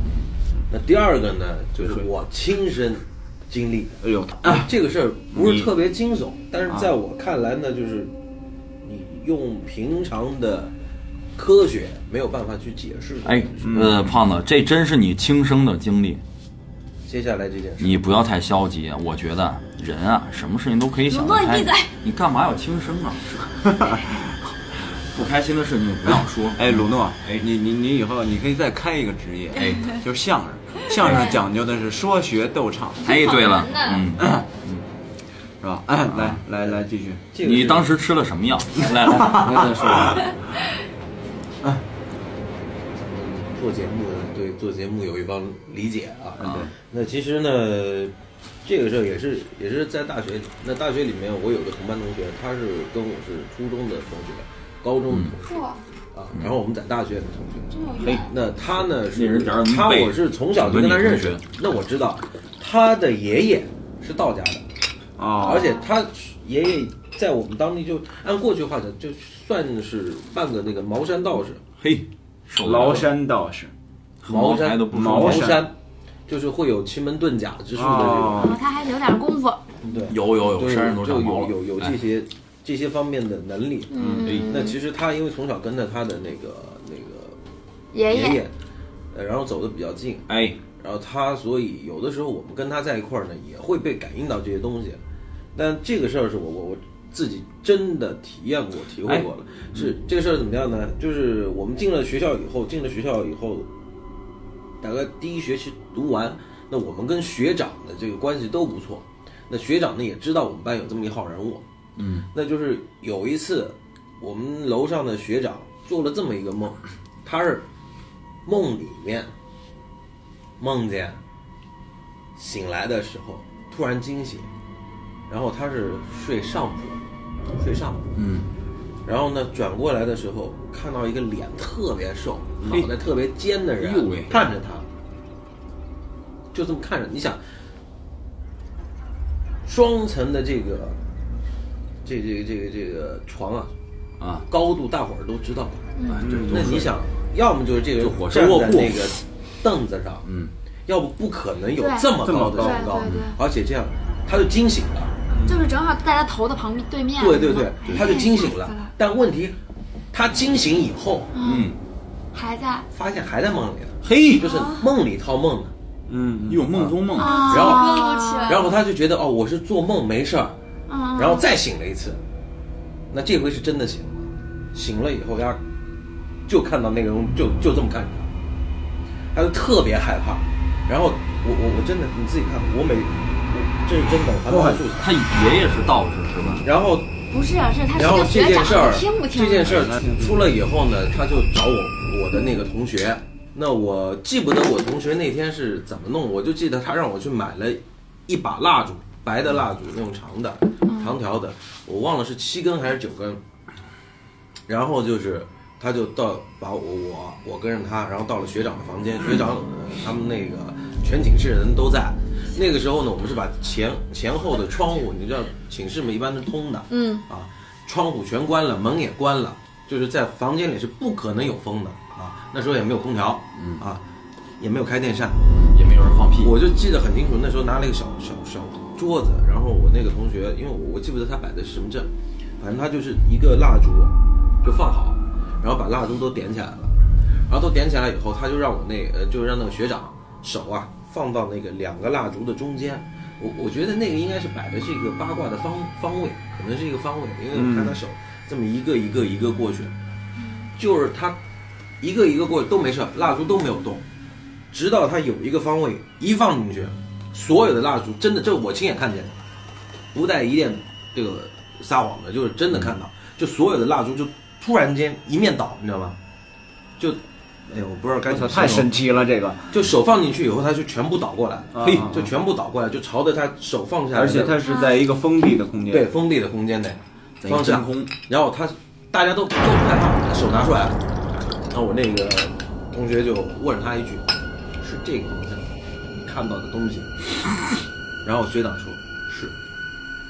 Speaker 6: 那第二个呢，就是我亲身经历的。
Speaker 2: 哎呦，
Speaker 7: 啊
Speaker 6: 这个事儿不是
Speaker 2: 你
Speaker 6: 特别惊悚，但是在我看来呢，就是你用平常的科学没有办法去解释的。
Speaker 7: 哎，呃，胖子，这真是你亲身的经历，
Speaker 6: 接下来这件事，
Speaker 7: 你不要太消极。啊我觉得人啊，什么事情都可以想得
Speaker 4: 有梦
Speaker 7: 开
Speaker 4: 必在。
Speaker 7: 你干嘛要轻生 啊？不开心的事情不要说。
Speaker 2: 哎，鲁诺，哎，你你你以后你可以再开一个职业，哎，就是相声。相声讲究的是说学逗唱，
Speaker 7: 哎，对了
Speaker 5: 好，难
Speaker 7: 嗯，
Speaker 2: 是吧？哎，来来来，继续。
Speaker 6: 这个
Speaker 7: 你
Speaker 6: 是
Speaker 7: 当时吃了什么药？来 来，
Speaker 3: 再说吧，
Speaker 6: 做节目对做节目有一方理解啊。
Speaker 2: 嗯对
Speaker 6: 那其实呢，这个事儿也是也是在大学里。那大学里面，我有个同班同学，他是跟我是初中的同学，高中的同学、
Speaker 5: 哇，
Speaker 6: 啊，然后我们在大学的同学。
Speaker 5: 真有缘。
Speaker 6: 那他呢
Speaker 7: 嗯那
Speaker 6: 是
Speaker 7: 人点儿能
Speaker 6: 他
Speaker 7: 背
Speaker 6: 我是从小就跟他认识
Speaker 7: 跟你
Speaker 6: 的
Speaker 7: 同，
Speaker 6: 那我知道他的爷爷是道家的，
Speaker 2: 哦，
Speaker 6: 而且他爷爷在我们当地就按过去话讲，就算是半个那个茅山道士。
Speaker 7: 嘿，手
Speaker 2: 崂山道士，
Speaker 7: 茅台
Speaker 6: 山
Speaker 7: 都不
Speaker 2: 茅
Speaker 7: 说
Speaker 2: 山
Speaker 6: 山，就是会有奇门遁甲之术的这种，
Speaker 2: 哦
Speaker 5: 哦，他还有点功夫。
Speaker 6: 对，
Speaker 7: 啊有有有，
Speaker 6: 对，
Speaker 7: 山上都
Speaker 6: 就
Speaker 7: 长毛了哎
Speaker 6: 有有有这些、这些方面的能力。
Speaker 7: 嗯
Speaker 6: 那其实他因为从小跟着他的那个那
Speaker 5: 爷
Speaker 6: 个爷爷，呃，然后走的比较近，
Speaker 7: 哎，
Speaker 6: 然后他所以有的时候我们跟他在一块儿呢，也会被感应到这些东西。但这个事儿是我我我自己真的体验过、体会过了。是这个事儿怎么样呢？就是我们进了学校以后，进了学校以后，大概第一学期读完，那我们跟学长的这个关系都不错。那学长呢也知道我们班有这么一号人物，嗯，那就是有一次我们楼上的学长做了这么一个梦，他是梦里面梦见醒来的时候突然惊醒，然后他是睡上铺，睡上铺，
Speaker 7: 嗯，
Speaker 6: 然后呢转过来的时候看到一个脸特别瘦、脑袋特别尖的人
Speaker 7: 哎呦喂
Speaker 6: 看着他，就这么看着，你想双层的这个这这这个这个床啊，
Speaker 7: 啊，
Speaker 6: 高度大伙儿都知道的。
Speaker 5: 嗯
Speaker 6: 嗯
Speaker 7: 对
Speaker 6: 那你，想，要么就是这个
Speaker 7: 就
Speaker 6: 人
Speaker 7: 火车
Speaker 6: 站
Speaker 7: 卧
Speaker 6: 在
Speaker 7: 铺
Speaker 6: 那个凳子上，
Speaker 7: 嗯，
Speaker 6: 要不不可能有
Speaker 5: 对
Speaker 6: 这么
Speaker 2: 这么
Speaker 6: 高的
Speaker 2: 高
Speaker 6: 身高
Speaker 5: 对对对，
Speaker 6: 而且这样他就惊醒了。
Speaker 5: 就是正好在他头的旁边对面。
Speaker 6: 对对对
Speaker 5: 是
Speaker 7: 嗯
Speaker 5: 吗，
Speaker 6: 他就惊醒
Speaker 5: 吓死
Speaker 6: 了。但问题，他惊醒以后
Speaker 7: 嗯，
Speaker 5: 还在。
Speaker 6: 发现还在梦里呢，
Speaker 7: 嘿，
Speaker 6: 就是梦里套梦呢。
Speaker 2: 嗯，
Speaker 7: 有梦中梦，
Speaker 5: 啊
Speaker 6: 然后
Speaker 4: 哥都起来了。
Speaker 6: 然后他就觉得哦，我是做梦没事儿，
Speaker 5: 嗯，
Speaker 6: 然后再醒了一次。那这回是真的醒了，醒了以后他就看到那个人就就这么看着他，他就特别害怕。然后我我我真的你自己看，我每我这是真的，我还没描述。
Speaker 7: 他爷爷是道士是吧？
Speaker 6: 然后
Speaker 5: 不是，啊是他是
Speaker 6: 然后
Speaker 5: 个
Speaker 6: 这
Speaker 5: 学
Speaker 6: 件
Speaker 5: 长，
Speaker 6: 事儿
Speaker 5: 你听不，听？
Speaker 6: 这件事儿出了以后呢，他就找我我的那个同学。那我记不得我同学那天是怎么弄，我就记得他让我去买了一把蜡烛，白的蜡烛，那种长的、
Speaker 5: 嗯
Speaker 6: 长条的，我忘了是七根还是九根。然后就是，他就到把我我我跟着他，然后到了学长的房间，学长、呃他们那个全寝室人都在。那个时候呢，我们是把前前后的窗户，你知道寝室嘛，一般是通的，
Speaker 5: 嗯
Speaker 6: 啊，窗户全关了，门也关了，就是在房间里是不可能有风的啊。那时候也没有空调，嗯啊，也没有开电扇，
Speaker 7: 也没有人放屁，
Speaker 6: 我就记得很清楚，那时候拿了一个小小小桌子，然后我那个同学，因为我我记不得他摆的是什么阵，反正他就是一个蜡烛就放好，然后把蜡烛都点起来了，然后都点起来以后，他就让我那呃，就让那个学长手啊放到那个两个蜡烛的中间。我我觉得那个应该是摆的是一个八卦的方方位，可能是一个方位，因为我看他手这么一个一个一个过去，就是他一个一个过去都没事儿，蜡烛都没有动，直到它有一个方位一放进去，所有的蜡烛真的，这我亲眼看见的，不带一点这个撒谎的，就是真的看到，就所有的蜡烛就突然间一面倒，你知道吗？就，哎呦，我不知道该
Speaker 2: 我操，
Speaker 6: 怎么
Speaker 2: 太
Speaker 6: 形容
Speaker 2: 神奇了这个，
Speaker 6: 就手放进去以后，它就全部倒过来
Speaker 2: 啊
Speaker 6: 了，嘿
Speaker 2: 啊，
Speaker 6: 就全部倒过来，就朝着他手放下来
Speaker 2: 而
Speaker 6: 的，
Speaker 2: 且它是在一个封闭的空间，
Speaker 6: 对，封闭的空间内方向
Speaker 7: 真空，
Speaker 6: 然后他大家都都很害怕，手拿出来，然后我那个同学就问他一句：“是这个方向看到的东西？” 然后学长说：“是。”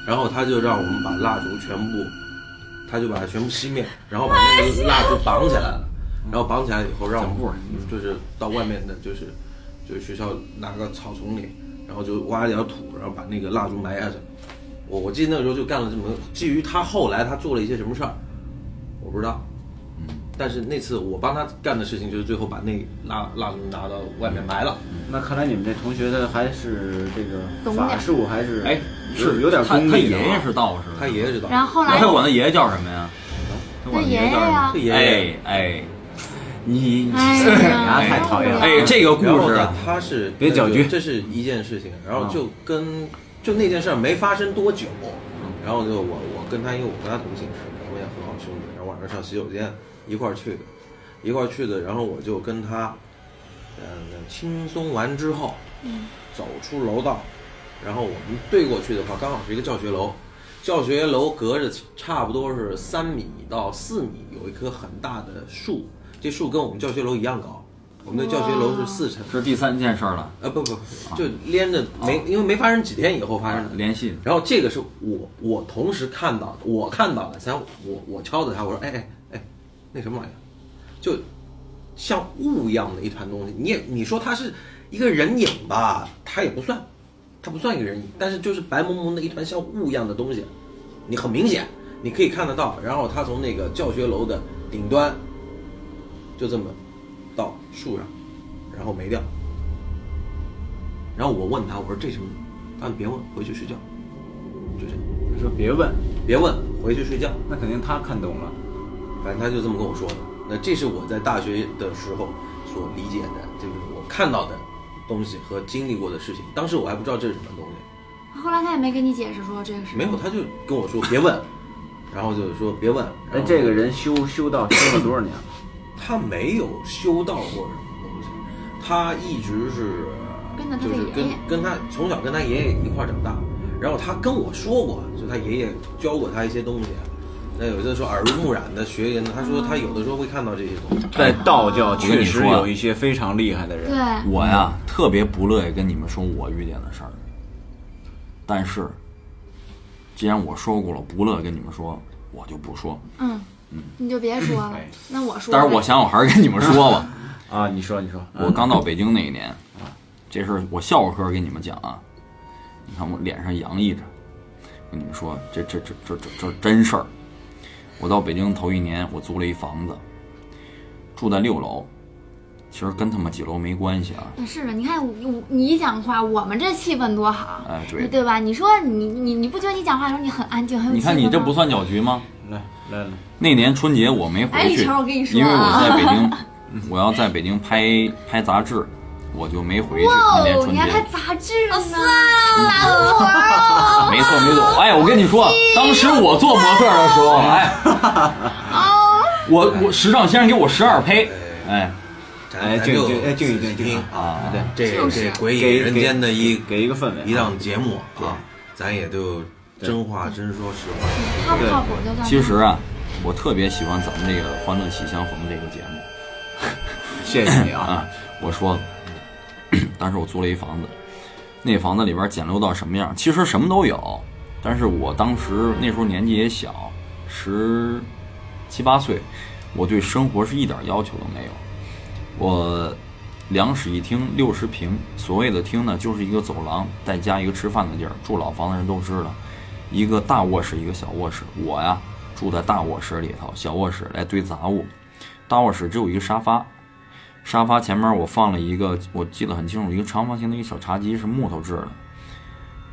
Speaker 6: 然后他就让我们把蜡烛全部，他就把它全部熄灭，然后把那个蜡烛绑起来了，然后绑起来以后让我们就是到外面的，就是就是学校拿个草丛里，然后就挖点土，然后把那个蜡烛埋下去。我我记得那个时候就干了这么个，至于他后来他做了一些什么事儿，我不知道。嗯，但是那次我帮他干的事情就是最后把那拉蜡烛拿到外面埋了。
Speaker 7: 嗯
Speaker 2: 那看来你们这同学他还是这个
Speaker 5: 懂点
Speaker 2: 法术还是
Speaker 7: 哎，
Speaker 2: 是有点
Speaker 7: 他
Speaker 2: 功
Speaker 7: 他
Speaker 2: 力的啊。
Speaker 7: 爷爷是道士，
Speaker 6: 他爷爷知道，
Speaker 5: 然后后来
Speaker 7: 他管他爷爷叫什么呀？他
Speaker 5: 那
Speaker 7: 管他
Speaker 5: 爷
Speaker 7: 爷
Speaker 5: 爷
Speaker 7: 叫什么？
Speaker 5: 呀
Speaker 6: 他，爷爷
Speaker 7: 哎哎，你
Speaker 5: 哎
Speaker 2: 啊，
Speaker 5: 呀，
Speaker 2: 太讨厌了。
Speaker 7: 哎，这个
Speaker 6: 然
Speaker 7: 故
Speaker 6: 后
Speaker 7: 事
Speaker 6: 呢，他是
Speaker 2: 别搅局
Speaker 6: 这是一件事情，然
Speaker 7: 嗯
Speaker 6: 后就跟、就那件事儿没发生多久，
Speaker 7: 嗯
Speaker 6: 然后就我我跟他，因为我跟他同寝室，我们也很好兄弟，然后晚上上洗手间一块儿去的，一块儿去的，然后我就跟他，嗯、轻松完之后，走出楼道，然后我们对过去的话，刚好是一个教学楼。教学楼隔着差不多是三米到四米，有一棵很大的树，这树跟我们教学楼一样高。我们的教学楼是四层，
Speaker 7: 是第三件事了，
Speaker 6: 啊不不，就连着没，因为没发生几天以后发生的。
Speaker 7: 啊联系
Speaker 6: 然后这个是我我同时看到的，我看到了，然后我我敲的他，我说哎哎哎，那什么玩意儿，就像雾一样的一团东西。你也你说它是一个人影吧，它也不算，它不算一个人影，但是就是白蒙蒙的一团像雾一样的东西，你很明显你可以看得到。然后他从那个教学楼的顶端，就这么到树上，然后没掉。然后我问他，我说这什么？他说你别问，回去睡觉。就这样，
Speaker 2: 他说别问，
Speaker 6: 别问，回去睡觉。
Speaker 2: 那肯定他看懂了。
Speaker 6: 反正他就这么跟我说的。那这是我在大学的时候所理解的，就是我看到的东西和经历过的事情。当时我还不知道这是什么东西，
Speaker 5: 后来他也没跟你解释说这个是
Speaker 6: 没有，他就跟我说别问，然后就说别问。
Speaker 2: 哎，
Speaker 6: 然后
Speaker 2: 这个人修修道修了多少年？
Speaker 6: 他没有修道过什么东西，他一直是
Speaker 5: 跟着他
Speaker 6: 就
Speaker 5: 的
Speaker 6: 是跟
Speaker 5: 爷爷
Speaker 6: 跟他从小跟他爷爷一块儿长大，然后他跟我说过，就他爷爷教过他一些东西。那有的时候耳濡目染的学人，他说他有的时候会看到这些东西。
Speaker 2: 在道教
Speaker 7: 我跟
Speaker 2: 确
Speaker 7: 你
Speaker 2: 实
Speaker 7: 说啊
Speaker 2: 有一些非常厉害的人
Speaker 5: 对，，
Speaker 7: 我呀，特别不乐意跟你们说我遇见的事儿，但是既然我说过了，不乐意跟你们说，我就不说。
Speaker 5: 嗯，你就别说
Speaker 6: 哎
Speaker 5: 了，那我说呗，
Speaker 7: 但是我想，我还是跟你们说吧。
Speaker 2: 啊，你说你说，
Speaker 7: 我刚到北京那一年，这事儿我笑呵呵跟你们讲啊，你看我脸上洋溢着，我跟你们说，这这这这这这真事儿。我到北京头一年，我租了一房子，住在六楼，其实跟他们几楼没关系啊。
Speaker 5: 是的，你看我你一讲话，我们这气氛多好，
Speaker 7: 哎对
Speaker 5: 对吧？你说你你你不觉得你讲话的时候你很安静，很有
Speaker 7: 你看
Speaker 5: 气氛
Speaker 7: 你这
Speaker 5: 吗
Speaker 7: 不算搅局吗？
Speaker 2: 来来来，
Speaker 7: 那年春节我没
Speaker 4: 哎
Speaker 7: 回
Speaker 4: 李
Speaker 7: 去，
Speaker 4: 成我跟你说啊
Speaker 7: 因为我在北京，我要在北京拍拍杂志，我就没回去。那年
Speaker 5: 哦，
Speaker 7: 春
Speaker 5: 你
Speaker 7: 节，
Speaker 5: 还拍杂志呢，嗯
Speaker 7: 没错没错。哎，我跟你说，当时我做模特的时候，哎，我我时尚先生给我十二胚，哎，
Speaker 6: 咱
Speaker 2: 哎，
Speaker 6: 咱
Speaker 2: 静
Speaker 6: 就
Speaker 2: 一静，哎，静一
Speaker 6: 仔
Speaker 2: 静，
Speaker 6: 细听
Speaker 2: 静啊，对，
Speaker 6: 这
Speaker 5: 就是
Speaker 6: 这鬼
Speaker 2: 给
Speaker 6: 影人间的一
Speaker 2: 给一个氛围啊
Speaker 6: 一档节目啊，咱也就真话真说实话。
Speaker 5: 靠不靠谱就算。
Speaker 7: 其实啊，我特别喜欢咱们这个《欢乐喜相逢》这个节目。
Speaker 2: 谢谢你啊，
Speaker 7: 啊，我说，当时我租了一房子，那房子里边简陋到什么样？其实什么都有，但是我当时那时候年纪也小，十七八岁，我对生活是一点要求都没有。我两室一厅，六十平，所谓的厅呢，就是一个走廊再加一个吃饭的地儿。住老房的人都知道，一个大卧室，一个小卧室。我呀住在大卧室里头，小卧室来堆杂物。大卧室只有一个沙发，沙发前面我放了一个，我记得很清楚，一个长方形的一个小茶几，是木头制的。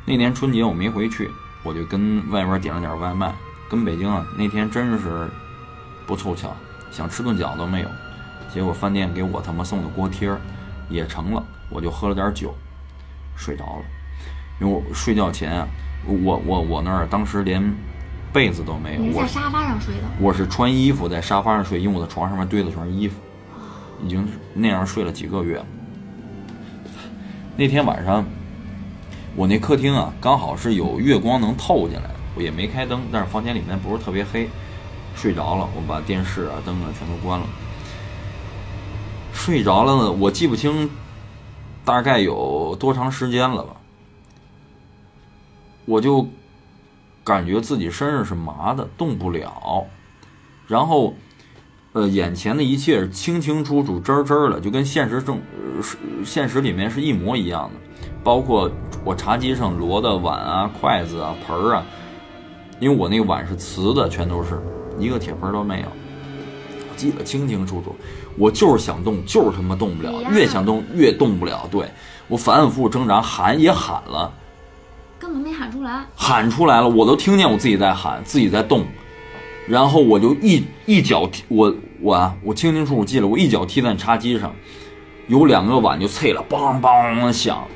Speaker 7: 那年春节我没回去，我就跟外边点了点外卖。跟北京啊，那天真是不凑巧，想吃顿饺子都没有，结果饭店给我他妈送的锅贴儿也成了，我就喝了点酒，睡着了。因为我睡觉前啊，我我我那儿当时连被子都没有，
Speaker 5: 你是
Speaker 7: 我
Speaker 5: 在沙发上睡的，
Speaker 7: 我是穿衣服在沙发上睡，因为我的床上面堆的全是衣服，已经那样睡了几个月了。那天晚上，我那客厅啊，刚好是有月光能透进来，我也没开灯，但是房间里面不是特别黑，睡着了，我把电视啊、灯啊全都关了。睡着了呢，我记不清大概有多长时间了吧，我就感觉自己身上是麻的，动不了，然后，呃，眼前的一切是清清楚楚、真儿真儿的，就跟现实中、呃是现实里面是一模一样的，包括我茶几上摞的碗啊、筷子啊、盆儿啊，因为我那个碗是瓷的，全都是一个铁盆儿都没有。记得清清楚楚。我就是想动，就是他妈动不了
Speaker 5: 哎呀，
Speaker 7: 越想动越动不了。对我反反复复挣扎，喊也喊了，
Speaker 5: 根本没喊出来。
Speaker 7: 喊出来了，我都听见我自己在喊，自己在动，然后我就一一脚踢我我啊，我清清楚楚记得，我一脚踢在茶几上，有两个碗就碎了，梆梆响，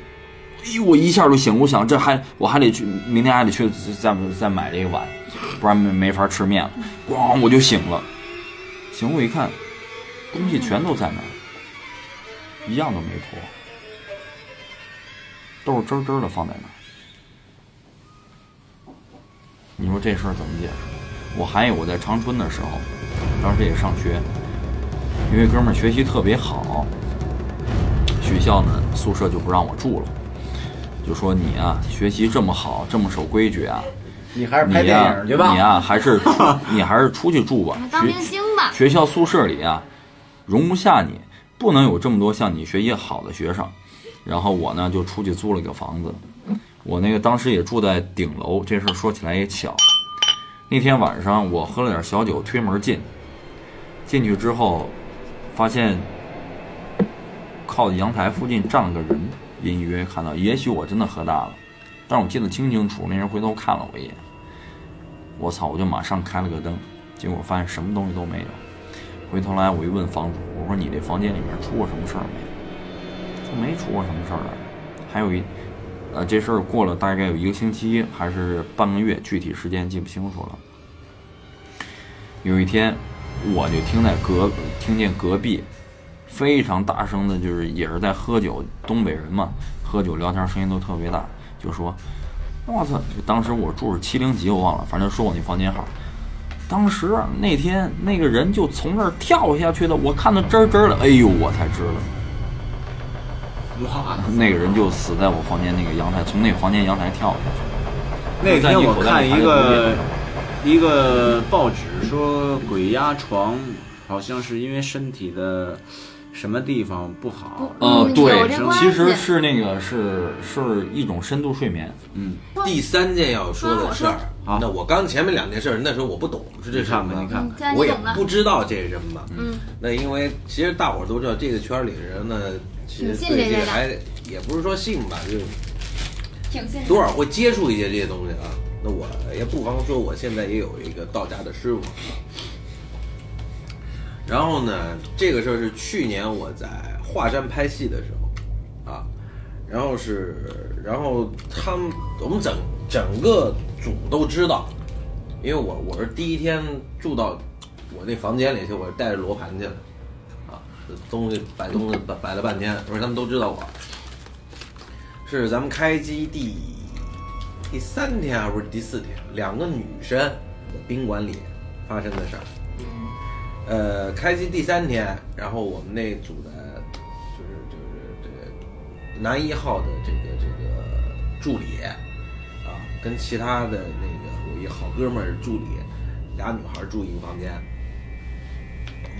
Speaker 7: 哎呦，我一下就醒，我想这还我还得去，明天还得去再再买这个碗，不然没没法吃面了，咣我就醒了，醒我一看，东西全都在那儿，一样都没破，都是真真的放在那儿。你说这事儿怎么解释？我还有我在长春的时候，当时也上学，因为哥们儿学习特别好，学校呢宿舍就不让我住了，就说你啊学习这么好，这么守规矩啊，
Speaker 2: 你还是
Speaker 7: 你
Speaker 2: 拍电
Speaker 7: 呀、
Speaker 2: 影去吧。
Speaker 7: 你呀、啊还是出你还是出去住吧，
Speaker 5: 当
Speaker 7: 学
Speaker 5: 明星吧，
Speaker 7: 学校宿舍里啊，容不下你，不能有这么多像你学习好的学生。然后我呢就出去租了个房子，我那个当时也住在顶楼，这事儿说起来也巧。那天晚上我喝了点小酒，推门进，进去之后，发现靠阳台附近站了个人，隐隐约约看到，也许我真的喝大了，但是我记得清清楚，那人回头看了我一眼，我操，我就马上开了个灯，结果发现什么东西都没有。回头来我一问房主，我说你这房间里面出过什么事儿没？说没出过什么事儿啊。还有一，呃，这事儿过了大概有一个星期还是半个月，具体时间记不清楚了。有一天，我就听在隔听见隔壁非常大声的，就是也是在喝酒，东北人嘛，喝酒聊天声音都特别大，就说：“我操！”当时我住是七零几，我忘了，反正说我那房间号。当时啊那天那个人就从那儿跳下去的，我看到真儿真儿的，哎呦，我才知道。
Speaker 2: 哇，
Speaker 7: 那个人就死在我房间那个阳台，从那个房间阳台跳下去。
Speaker 2: 那天我看一个
Speaker 7: 就在你口袋里还
Speaker 2: 一个报纸说鬼压床，好像是因为身体的什么地方不好。
Speaker 5: 嗯
Speaker 7: 呃，对
Speaker 5: 有这，关系
Speaker 7: 其实是那个是是一种深度睡眠。
Speaker 6: 第三件要说的事儿，
Speaker 2: 好
Speaker 6: 那我刚前面两件事儿，那时候我不懂是这事儿
Speaker 2: 你看
Speaker 6: 吗
Speaker 2: 吧你？看
Speaker 5: 嗯现在
Speaker 6: 我
Speaker 5: 你
Speaker 6: 也
Speaker 5: 懂了
Speaker 6: 不。知道这是什么。
Speaker 5: 嗯，
Speaker 6: 那因为其实大伙儿都知道，这个圈儿里人呢，其实
Speaker 5: 挺信
Speaker 6: 对
Speaker 5: 这
Speaker 6: 这
Speaker 5: 个的
Speaker 6: 还也不是说信吧，就是
Speaker 4: 挺近
Speaker 6: 多少会接触一些这些东西啊。那我也不妨说，我现在也有一个道家的师傅。啊然后呢，这个事儿是去年我在华山拍戏的时候啊，然后是，然后他们我们整整个组都知道，因为我我是第一天住到我那房间里去，我是带着罗盘去的，啊，东西摆东西摆摆了半天，不是他们都知道我，是咱们开机第第三天还是第四天，两个女生在宾馆里发生的事儿。呃，开机第三天，然后我们那组的，就是就是这个男一号的这个这个助理啊，跟其他的那个我一好哥们儿助理，俩女孩儿住一个房间。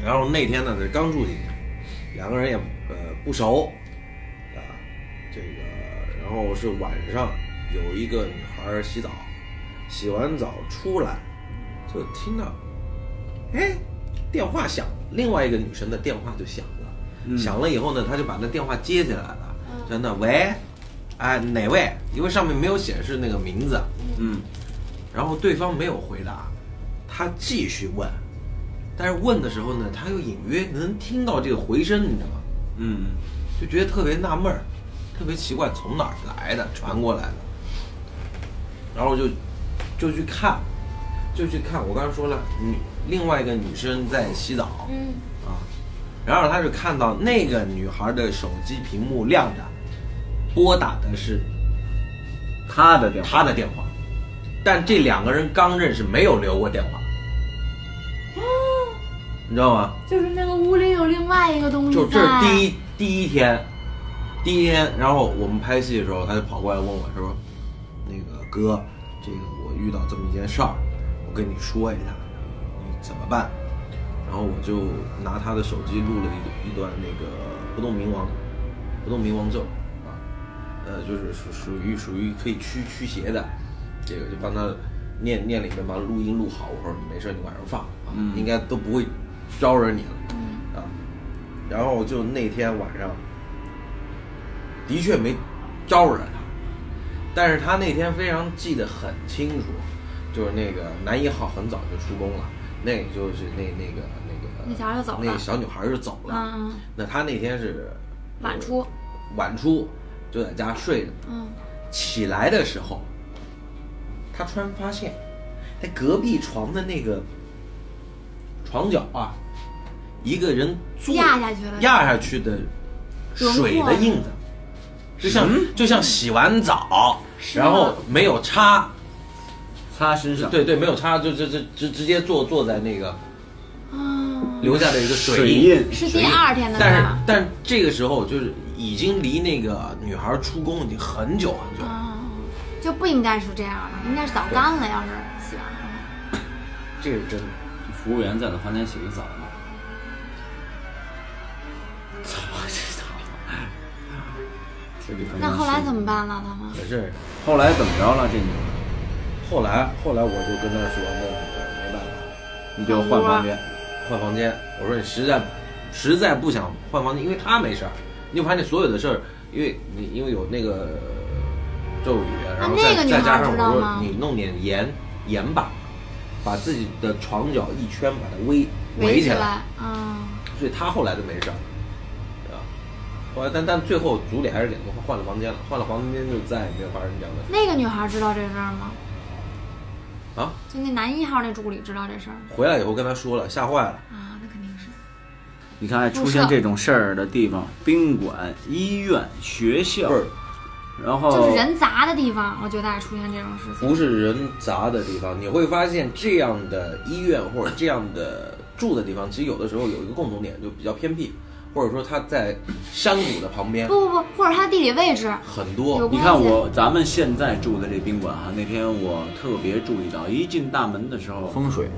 Speaker 6: 然后那天呢是刚住进去，两个人也呃不熟啊，这个然后是晚上有一个女孩儿洗澡，洗完澡出来就听到哎，电话响，另外一个女生的电话就响了，响了以后呢，他就把那电话接起来了，真的喂，哎哪位？因为上面没有显示那个名字，啊
Speaker 2: 嗯，
Speaker 6: 然后对方没有回答，他继续问，但是问的时候呢，他又隐约能听到这个回声，你知道吗？
Speaker 2: 嗯，
Speaker 6: 就觉得特别纳闷儿，特别奇怪，从哪儿来的，传过来的。然后就就去看，就去看。我刚才说了，女另外一个女生在洗澡，
Speaker 5: 嗯，
Speaker 6: 啊，然后他是看到那个女孩的手机屏幕亮着，拨打的是
Speaker 2: 他的电话，
Speaker 6: 她的电话，但这两个人刚认识，没有留过电话，你知道吗？
Speaker 5: 就是那个屋里有另外一个东西
Speaker 6: 就
Speaker 5: 在。
Speaker 6: 这是第一第一天，第一天，然后我们拍戏的时候，他就跑过来问我，他说：“那个哥，这个我遇到这么一件事儿，我跟你说一下，你怎么办？”然后我就拿他的手机录了一一段那个不动明王，不动明王咒啊，呃，就是属属于属于可以驱驱邪的，这个就帮他念念里面把录音录好，我说你没事你晚上放啊，应该都不会招惹你
Speaker 5: 嗯
Speaker 6: 了啊。然后就那天晚上，的确没招惹他，但是他那天非常记得很清楚，就是那个男一号很早就出宫了，那个就是那那个那个
Speaker 5: 那小孩就走了
Speaker 6: 那小女孩就走了。
Speaker 5: 嗯嗯
Speaker 6: 那他那天是
Speaker 5: 晚出，
Speaker 6: 晚出就在家睡着呢，
Speaker 5: 嗯，
Speaker 6: 起来的时候，他突然发现，在隔壁床的那个床角啊，一个人坐
Speaker 5: 压下去了
Speaker 6: 压下去的水的印子，就像就像洗完澡，
Speaker 5: 是吗啊
Speaker 6: 然后没有擦，
Speaker 2: 擦身上，
Speaker 6: 对对，没有擦，就就就直直接坐坐在那个
Speaker 5: 啊，
Speaker 6: 留下的一个
Speaker 2: 水
Speaker 6: 印。
Speaker 2: 印
Speaker 5: 是第二天的
Speaker 6: 但是
Speaker 5: 吧？
Speaker 6: 但这个时候就是已经离那个女孩出宫已经很久很久了，
Speaker 5: 啊，就不应该是这样了，应该是早干了，要是洗完了。
Speaker 6: 这个是真的。
Speaker 2: 服务员在他房间洗个澡嘛。操！这操！这里头
Speaker 5: 那后来怎么办了？他们
Speaker 6: 可是
Speaker 2: 后来怎么着了？这女
Speaker 6: 后来后来我就跟他说，那那没办法，
Speaker 2: 你就换房间，
Speaker 5: 嗯
Speaker 6: 换房间。我说你实在实在不想换房间，因为他没事儿，你就把你所有的事儿，因为你因为有那个咒语，啊然后
Speaker 5: 那
Speaker 6: 再、
Speaker 5: 个女
Speaker 6: 再
Speaker 5: 孩
Speaker 6: 加上
Speaker 5: 知
Speaker 6: 我
Speaker 5: 道
Speaker 6: 说
Speaker 5: 吗
Speaker 6: 你弄点盐盐巴，把自己的床角一圈把它围
Speaker 5: 围
Speaker 6: 起
Speaker 5: 起
Speaker 6: 来，
Speaker 5: 来，嗯，
Speaker 6: 所以他后来就没事儿，啊。后来但但最后组里还是给他们换了房间了，换了房间就再也没有发生这样的事
Speaker 5: 那个女孩知道这事儿吗？
Speaker 6: 儿啊。
Speaker 5: 就那男一号那助理知道这事儿吗
Speaker 6: 回来以后跟他说了，吓坏了。
Speaker 5: 啊？那肯定是。
Speaker 2: 你看出现这种事儿的地方，宾馆、医院、学校
Speaker 6: 不，是，
Speaker 2: 然后
Speaker 5: 就是人杂的地方，我觉得爱出现这种事情。
Speaker 6: 不是人杂的地方，你会发现这样的医院或者这样的住的地方，其实有的时候有一个共同点，就比较偏僻，或者说它在山谷的旁边
Speaker 5: 不不不，或者它地理位置
Speaker 6: 很
Speaker 5: 有
Speaker 6: 多。
Speaker 2: 你
Speaker 5: 关系。
Speaker 2: 看我咱们现在住的这宾馆哈，那天我特别注意到，一进大门的时候，
Speaker 7: 风水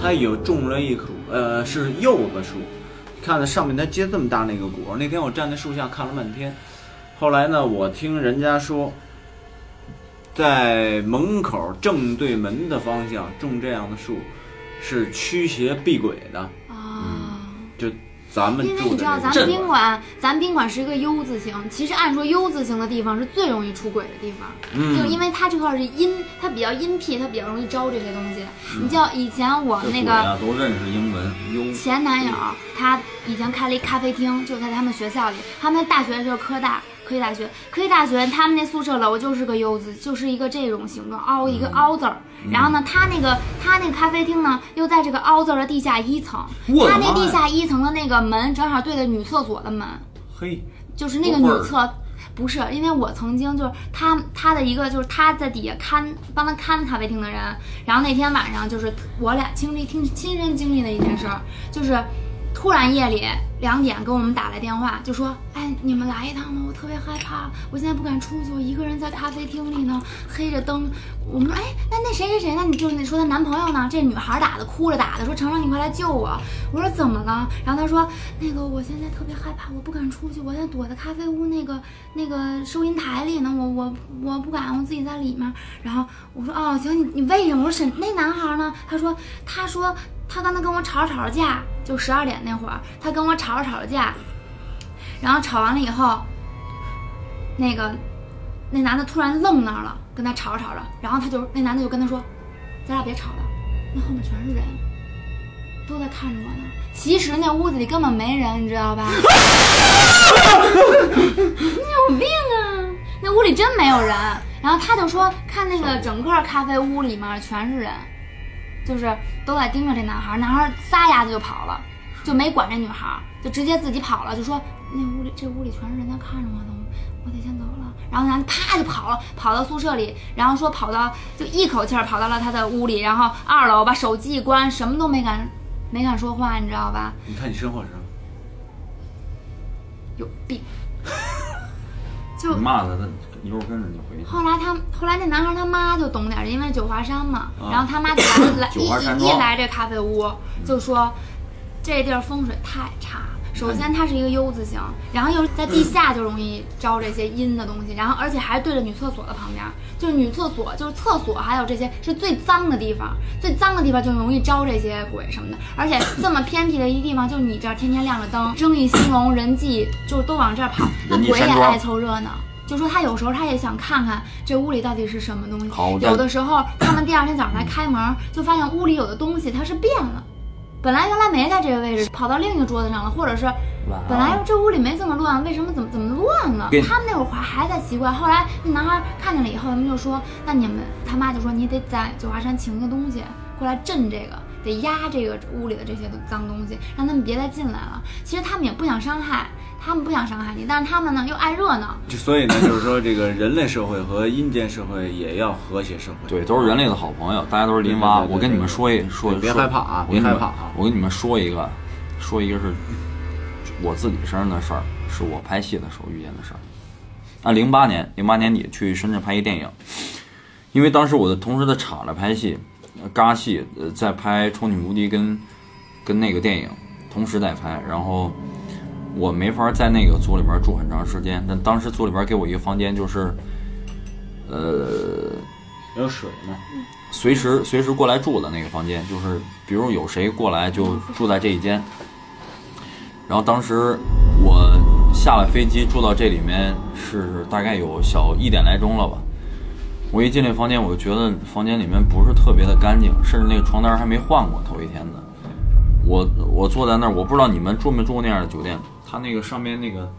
Speaker 2: 它有种了一棵，呃，是柚子树，看着上面它结这么大那个果。那天我站在树下看了半天，后来呢，我听人家说，在门口正对门的方向种这样的树，是驱邪避鬼的。
Speaker 5: 啊。
Speaker 2: 就咱们
Speaker 5: 因为
Speaker 2: 住
Speaker 5: 你
Speaker 2: 的
Speaker 5: 知道，
Speaker 2: 这
Speaker 5: 咱
Speaker 2: 个
Speaker 5: 们
Speaker 2: 镇
Speaker 5: 宾馆，咱宾馆是一个 U 字形。其实按说 U 字形的地方是最容易出轨的地方，
Speaker 2: 嗯
Speaker 5: 就因为它这块儿是阴，它比较阴僻，它比较容易招这些东西。你知道以前我
Speaker 7: 这
Speaker 5: 那
Speaker 7: 鬼
Speaker 5: 个
Speaker 7: 啊都认识英文优
Speaker 5: 前男友他以前开了一咖啡厅，就在他们学校里。他们大学就是科大，科技大学，科技大学他们那宿舍楼就是个 U 字，就是一个这种形状，凹
Speaker 2: 嗯
Speaker 5: 一个凹字儿。然后呢，他那个他那个咖啡厅呢，又在这个凹字儿的地下一层。
Speaker 2: 我的
Speaker 5: 他
Speaker 2: 妈呀
Speaker 5: 那地下一层的那个门正好对着女厕所的门，
Speaker 2: 嘿，
Speaker 5: 就是那个女厕。不是，因为我曾经就是他他的一个就是他在底下看帮他看咖啡厅的人，然后那天晚上就是我俩经历听亲身经历的一件事儿，就是突然夜里两点给我们打来电话，就说哎你们来一趟吧，我特别害怕，我现在不敢出去，我一个人在咖啡厅里呢，黑着灯。我们说哎那那谁谁谁呢？你就是那说她男朋友呢？这女孩打的哭着打的，说程程你快来救我。我说怎么了？然后她说那个我现在特别害怕，我不敢出去，我现在躲在咖啡屋那个那个收银台里呢，我我我不敢，我自己在里面。然后我说哦行，你你为什么？我说沈那男孩呢？他说他说他刚才跟我吵吵了架，就十二点那会儿，他跟我吵了吵了架，然后吵完了以后，那个那男的突然愣那儿了，跟他吵着吵着，然后他就那男的就跟他说，咱俩别吵了，那后面全是人。都在看着我呢。其实那屋子里根本没人，你知道吧？ 你有病啊！那屋里真没有人。然后他就说，看那个整个咖啡屋里面全是人，就是都在盯着这男孩儿。男孩儿撒丫子就跑了，就没管这女孩儿，就直接自己跑了，就说那屋里这屋里全是人在看着我呢，我得先走了。然后男的啪就跑了，跑到宿舍里，然后说跑到就一口气儿跑到了他的屋里，然后二楼把手机一关，什么都没敢没敢说话，你知道吧？
Speaker 2: 你看你身后是什么？
Speaker 5: 有 病。就
Speaker 7: 你骂他，他一会儿跟着你回去。
Speaker 5: 后来他后来那男孩他妈就懂点儿，因为九华山嘛，然后他妈 就来嗯来
Speaker 7: 啊九华山
Speaker 5: 一一
Speaker 7: 庄
Speaker 5: 一来这咖啡屋就说，这地儿风水太差，首先它是一个 U 字形，然后又在地下就容易招这些阴的东西，然后而且还对着女厕所的旁边，就是女厕所就是厕所还有这些是最脏的地方，最脏的地方就容易招这些鬼什么的，而且这么偏僻的一地方，就你这儿天天亮着灯，生意兴隆，人际就都往这儿跑，那
Speaker 7: 人迹
Speaker 5: 鬼也
Speaker 7: 山庄
Speaker 5: 爱凑热闹。就说他有时候他也想看看这屋里到底是什么东西
Speaker 7: 好我，再
Speaker 5: 有的时候他们第二天早上来开门，就发现屋里有的东西它是变了。本来原来没在这个位置，跑到另一个桌子上了，或者是
Speaker 7: 哇哦
Speaker 5: 本来这屋里没这么乱，为什么怎么怎么乱了
Speaker 7: 给？
Speaker 5: 他们那会儿还在奇怪，后来那男孩看见了以后，他们就说：“那你们他妈就说你得在九华山请一个东西过来镇这个，得压这个屋里的这些脏东西，让他们别再进来了。”其实他们也不想伤害，他们不想伤害你，但是他们呢又爱热闹，
Speaker 2: 就所以呢，就是说这个人类社会和阴间社会也要和谐社会。
Speaker 7: 对，都是人类的好朋友，大家都是林蛙。
Speaker 2: 对对对对
Speaker 7: 我跟你们说一说，
Speaker 2: 对别
Speaker 7: 说
Speaker 2: 害怕啊
Speaker 7: 我跟你
Speaker 2: 别害
Speaker 7: 们
Speaker 2: 怕啊
Speaker 7: 我跟你们说一个，说一个是我自己身上的事儿，是我拍戏的时候遇见的事儿。啊，零八年，零八年底去深圳拍一电影，因为当时我的同时的厂来拍戏，呃嘎戏，呃，在拍《冲女无敌跟》跟那个电影同时在拍，然后我没法在那个组里边住很长时间，但当时组里边给我一个房间，就是呃
Speaker 2: 有水吗？
Speaker 7: 随时随时过来住的那个房间，就是比如有谁过来就住在这一间。然后当时我下了飞机住到这里面是大概有小一点来钟了吧。我一进这房间，我就觉得房间里面不是特别的干净，甚至那个床单还没换过头一天的。我我坐在那儿，我不知道你们住没住过那样的酒店，它那个上面那个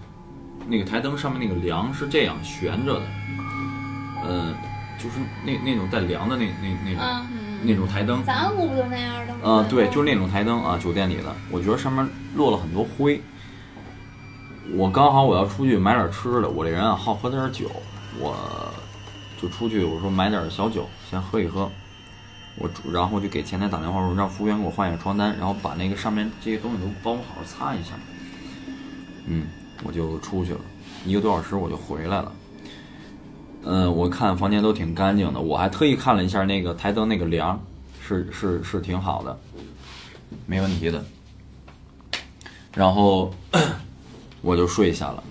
Speaker 7: 那个台灯上面那个梁是这样悬着的，呃，就是那那种带梁的那那那种、那种台灯，
Speaker 5: 咱屋不就那样的吗？
Speaker 7: 呃，对，就是那种台灯啊，酒店里的，我觉得上面落了很多灰。我刚好我要出去买点吃的，我这人啊好喝点酒，我就出去我说买点小酒先喝一喝，我主然后我就给前台打电话我说让服务员给我换一下床单，然后把那个上面这些东西都帮我好好擦一下。嗯，我就出去了，一个多小时我就回来了。嗯，我看房间都挺干净的，我还特意看了一下那个台灯那个梁儿，是是是挺好的，没问题的。然后我就睡下了。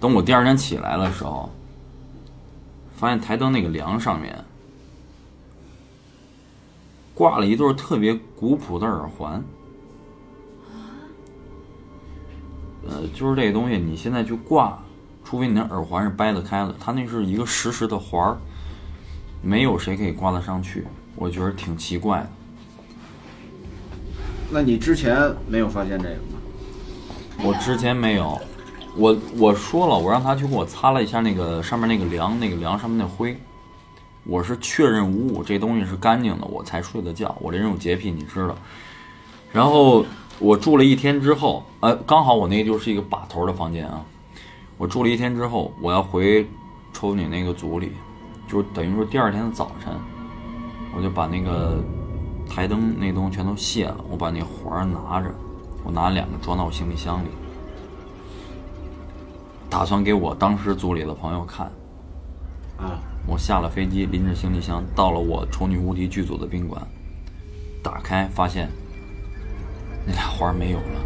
Speaker 7: 等我第二天起来的时候，发现台灯那个梁上面挂了一对儿特别古朴的耳环。呃，就是这个东西，你现在去挂，除非你的耳环是掰得开了，它那是一个实时的环儿，没有谁可以挂得上去，我觉得挺奇怪的。
Speaker 2: 那你之前没有发现这个吗？
Speaker 7: 我之前没有，我我说了，我让他去给我擦了一下那个上面那个梁，那个梁上面那灰。我是确认无误，这东西是干净的，我才睡得觉。我这人有洁癖，你知道。然后我住了一天之后，呃，刚好我那就是一个把头的房间啊。我住了一天之后，我要回抽你那个组里，就是等于说第二天的早晨，我就把那个台灯那东西全都卸了，我把那环儿拿着，我拿两个装到我行李箱里，打算给我当时组里的朋友看。
Speaker 2: 啊，
Speaker 7: 我下了飞机，拎着行李箱到了我《丑女无敌》剧组的宾馆，打开发现那俩环儿没有了。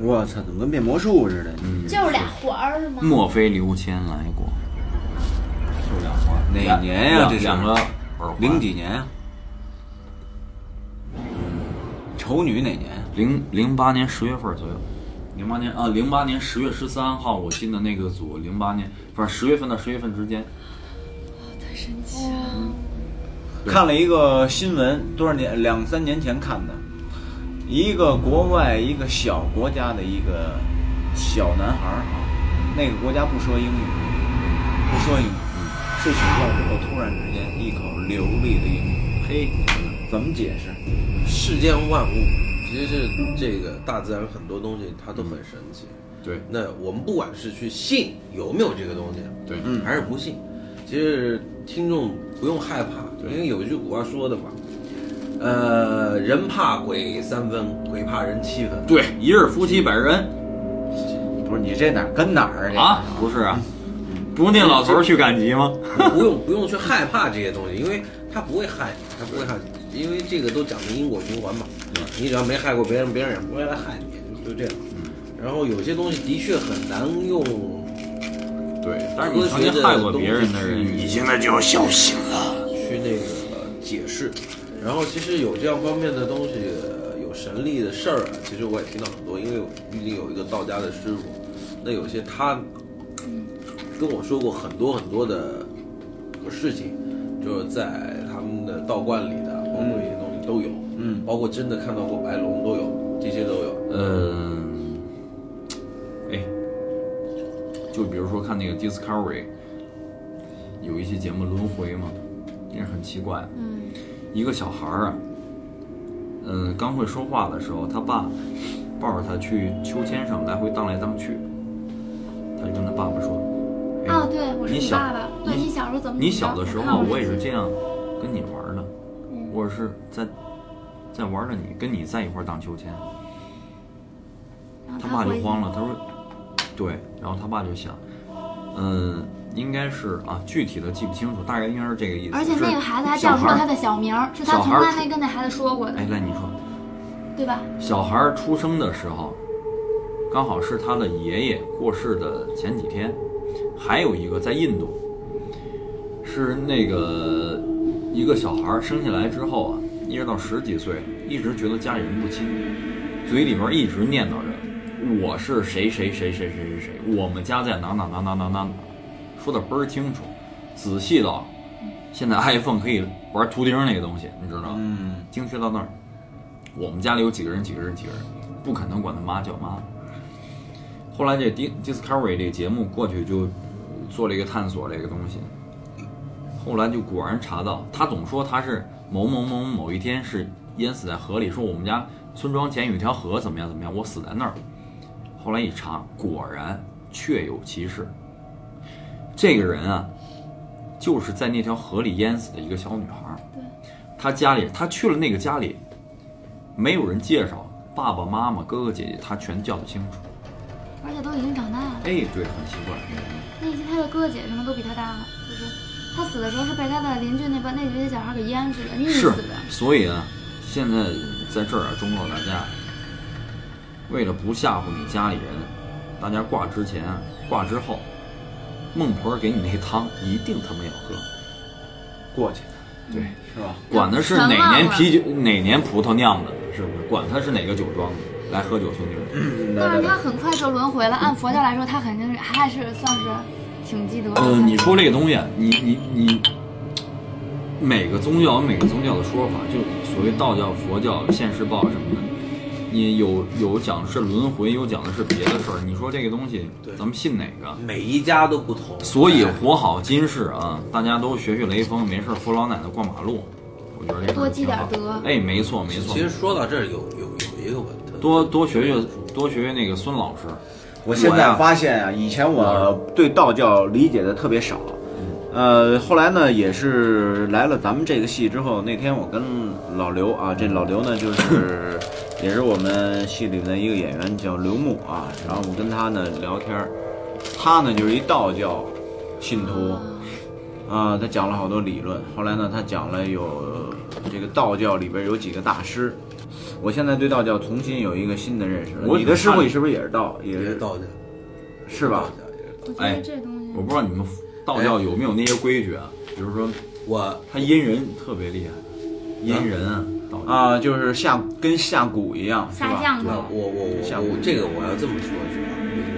Speaker 2: 我操，怎么跟变魔术似的？嗯，
Speaker 5: 就是俩环儿是吗？
Speaker 7: 莫非刘谦来过？
Speaker 2: 就两环。哪年呀、
Speaker 7: 两
Speaker 2: 这是
Speaker 7: 两个耳环，
Speaker 2: 零几年呀、丑女哪年？
Speaker 7: 零零八年十月份左右，零八年啊，零八年十月十三号我进的那个组，零八年反正十月份到十月份之间，
Speaker 2: 看了一个新闻，多少年两三年前看的，一个国外一个小国家的一个小男孩儿啊，那个国家不说英语，不说英语，睡醒觉之后突然之间一口流利的英语，嘿，怎么解释？
Speaker 6: 世间万物，其实是这个大自然很多东西它都很神奇。
Speaker 7: 对
Speaker 6: 那我们不管是去信有没有这个东西，
Speaker 7: 对
Speaker 2: 嗯
Speaker 6: 还是不信，其实听众不用害怕，因为有一句古话说的嘛，呃，人怕鬼三分，鬼怕人七分。
Speaker 7: 对，一日夫妻百日恩
Speaker 2: 不是你这哪儿跟哪儿
Speaker 6: 哎
Speaker 2: 啊？
Speaker 7: 啊，不是啊，不念老头儿去赶集吗？
Speaker 6: 不用不用去害
Speaker 7: 嗯
Speaker 6: 怕这些东西，因为它不会害你，它不会害你，因为这个都讲的因果循环嘛。你只要没害过别人，别人也不会来害你，就这样。
Speaker 7: 嗯
Speaker 6: 然后有些东西的确很难用，
Speaker 7: 对，但是你曾经害过别人的人，你现在就要小心了。
Speaker 6: 去那个解释。然后其实有这样方面的东西，呃有神力的事儿啊，其实我也听到很多，因为我毕竟有一个道家的师傅，那有些他跟我说过很多很多的事情，就是在他们的道观里的，包括一些东西都有，
Speaker 2: 嗯
Speaker 6: 包括真的看到过白龙都有，这些都有。
Speaker 7: 嗯，哎，就比如说看那个 Discovery，有一期节目轮回嘛，也是很奇怪。
Speaker 4: 嗯
Speaker 7: 一个小孩儿啊，嗯，刚会说话的时候，他爸抱着他去秋千上来回荡来荡去，他就跟他爸爸说：“哎、
Speaker 5: 啊，对，我是
Speaker 7: 你
Speaker 5: 你
Speaker 7: 小
Speaker 5: 爸爸。对
Speaker 7: 你
Speaker 5: 你小时候怎么？
Speaker 7: 你小的时
Speaker 5: 看
Speaker 7: 候，我也是这
Speaker 5: 样。
Speaker 7: 样跟你玩儿的，
Speaker 5: 嗯
Speaker 7: 我是在在玩儿着你，跟你在一块儿荡秋千。”
Speaker 5: 嗯然后
Speaker 7: 他爸就
Speaker 5: 回
Speaker 7: 慌了，他说：“对。”然后他爸就想：“嗯，应该是啊，具体的记不清楚，大概应该是这个意思。”
Speaker 5: 而且那个孩子还
Speaker 7: 小
Speaker 5: 叫出
Speaker 7: 孩
Speaker 5: 了
Speaker 7: 儿
Speaker 5: 他的小名儿，是他
Speaker 7: 小
Speaker 5: 从
Speaker 7: 孩儿
Speaker 5: 来
Speaker 7: 出
Speaker 5: 没跟那孩子说过的
Speaker 7: 哎，，来你说，
Speaker 5: 对吧？
Speaker 7: 小孩儿出生的时候，刚好是他的爷爷过世的前几天，还有一个在印度，是那个一个小孩儿生下来之后啊，一直到十几岁，一直觉得家里人不亲，嘴里面一直念叨着我是谁谁谁谁谁谁谁，我们家在哪哪哪哪哪哪哪，说的倍儿清楚，仔细到现在 iPhone 可以玩图钉那个东西，你知道吗？
Speaker 2: 嗯
Speaker 7: 精确到那儿，我们家里有几个人，几个人，几个人，不可能管他妈叫妈。后来这 Di- Discovery 这节目过去就做了一个探索这个东西，后来就果然查到，他总说他是某某某某一天是淹死在河里，说我们家村庄前有一条河，怎么样怎么样，我死在那儿。后来一查，果然确有其事。这个人啊，就是在那条河里淹死的一个小女孩儿。他家里，他去了那个家里，没有人介绍，爸爸妈妈、哥哥姐姐，他全叫得清楚。
Speaker 5: 而且都已经长大了，
Speaker 7: 哎，对，很奇怪。
Speaker 5: 那些他的哥哥姐姐什么都比他大了，就是他死的时候是被他的邻居那帮那几个小孩给淹死的，溺
Speaker 7: 是
Speaker 5: 死的。，
Speaker 7: 所以呢，现在在这儿啊，忠告大家，为了不吓唬你家里人，大家挂之前、挂之后，孟婆给你那汤一定他妈要喝。
Speaker 2: 过去
Speaker 7: 对，
Speaker 2: 是吧？
Speaker 7: 管他是
Speaker 5: 全
Speaker 7: 哪
Speaker 5: 忘
Speaker 7: 年
Speaker 5: 了
Speaker 7: 啤酒、哪年葡萄酿的，是不是？管他是哪个酒庄的，来喝酒，兄弟们。
Speaker 5: 但是他很快就轮回了。按佛教来说，他肯定是还是算是挺积德的。
Speaker 7: 呃，你说这个东西，你你你，每个宗教有每个宗教的说法，就所谓道教、佛教、现世报什么的，你有有讲是轮回，有讲的是别的事儿。你说这个东西，咱们信哪个？
Speaker 6: 每一家都不同，哎
Speaker 7: 所以活好今世啊，大家都学学雷锋，没事儿扶老奶奶过马路，我觉得这事儿挺好
Speaker 5: 多积点德
Speaker 7: 哎，没错没错
Speaker 6: 其，实说到这儿，有有有一个问题，
Speaker 7: 多多学学多学学那个孙老师，
Speaker 2: 我现在发现啊，以前我对道教理解的特别少，呃，后来呢，也是来了咱们这个戏之后，那天我跟老刘啊，这老刘呢就是也是我们戏里的一个演员，叫刘牧啊，然后我跟他呢聊天儿，他呢就是一道教信徒。啊、他讲了好多理论。后来呢，他讲了有这个道教里边有几个大师。我现在对道教重新有一个新的认识了。
Speaker 7: 我
Speaker 2: 你的师傅是不是也是道？也
Speaker 6: 也是
Speaker 2: 是
Speaker 6: 道家，
Speaker 2: 是吧
Speaker 6: 道？家也是道
Speaker 5: 我觉
Speaker 7: 哎
Speaker 5: 得这东西
Speaker 7: 我不知道你们道教有没有那些规矩啊，比如说
Speaker 6: 家。我
Speaker 7: 他阴人特别厉害，
Speaker 6: 啊
Speaker 7: 阴人啊，道教
Speaker 2: 啊、就是下跟下蛊一样，是
Speaker 5: 下
Speaker 2: 吧？
Speaker 5: 降
Speaker 6: 对
Speaker 5: 头
Speaker 6: 我，我我我这个我要这么说一句啊，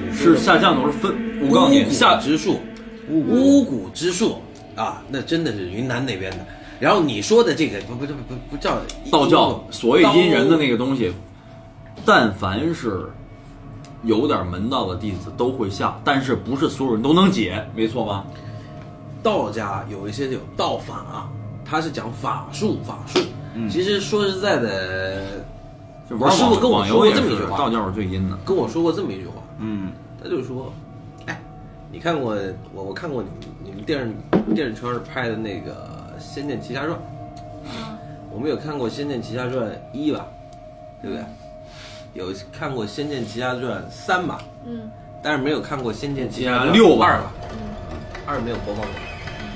Speaker 6: 你说
Speaker 7: 是
Speaker 6: 的
Speaker 7: 下降头是分，我
Speaker 6: 巫
Speaker 7: 告诉你，
Speaker 6: 蛊
Speaker 7: 下
Speaker 6: 之术，巫蛊之术啊，那真的是云南那边的。然后你说的这个不不不不不叫
Speaker 7: 道教所谓阴人的那
Speaker 6: 个
Speaker 7: 个东西，但凡是有点门道的弟子都会下，但是不是所有人都能解，没错吧？
Speaker 6: 道家有一些有道法，它是讲法术法术。
Speaker 7: 嗯
Speaker 6: 其实说实在的，
Speaker 7: 就
Speaker 6: 我
Speaker 7: 玩
Speaker 6: 师傅
Speaker 7: 网
Speaker 6: 跟我
Speaker 7: 网
Speaker 6: 说
Speaker 7: 游
Speaker 6: 过
Speaker 7: 也
Speaker 6: 这么
Speaker 7: 是
Speaker 6: 一句话
Speaker 7: 道教是最阴的，
Speaker 6: 跟我说过这么一句话，
Speaker 2: 嗯，
Speaker 6: 他就说，哎，你看过我我看过你们你们电视电视圈拍的那个《仙剑奇侠传》，
Speaker 4: 嗯
Speaker 6: 我们有看过《仙剑奇侠传》一吧，对不
Speaker 4: 嗯
Speaker 6: 对？有看过《仙剑奇侠传》三吧，
Speaker 4: 嗯，
Speaker 6: 但是没有看过《仙剑奇侠传》
Speaker 7: 啊六吧
Speaker 6: 二吧，二没有播放过，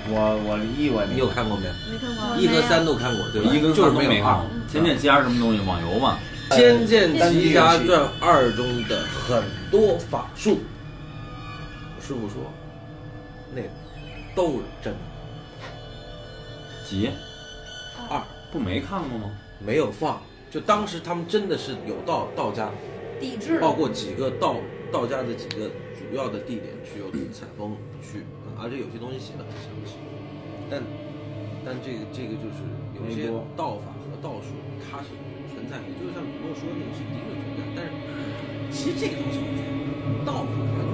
Speaker 2: 我我一我
Speaker 6: 你有看过没有？
Speaker 4: 没看过
Speaker 6: 一和三都看过，对吧？
Speaker 7: 一跟
Speaker 6: 就是
Speaker 7: 二都
Speaker 6: 没
Speaker 7: 没
Speaker 6: 有
Speaker 7: 看嗯
Speaker 6: 二
Speaker 7: 过。仙剑奇侠是什么东西？网游嘛，
Speaker 6: 《哎仙剑奇侠传二》中的很多法术，师傅说，那都是真的。
Speaker 7: 急，
Speaker 6: 二
Speaker 7: 不没看过吗？
Speaker 6: 没有放，就当时他们真的是有到道家，
Speaker 8: 抵制
Speaker 6: 包括几个道道家的几个主要的地点去有采风去，而且有些东西写的很详细，但但这个这个就是有些
Speaker 2: 没播
Speaker 6: 道法和道术它是存在，也就是像你跟我说的那个是的确存在，但是其实这个东西我觉得道法它就是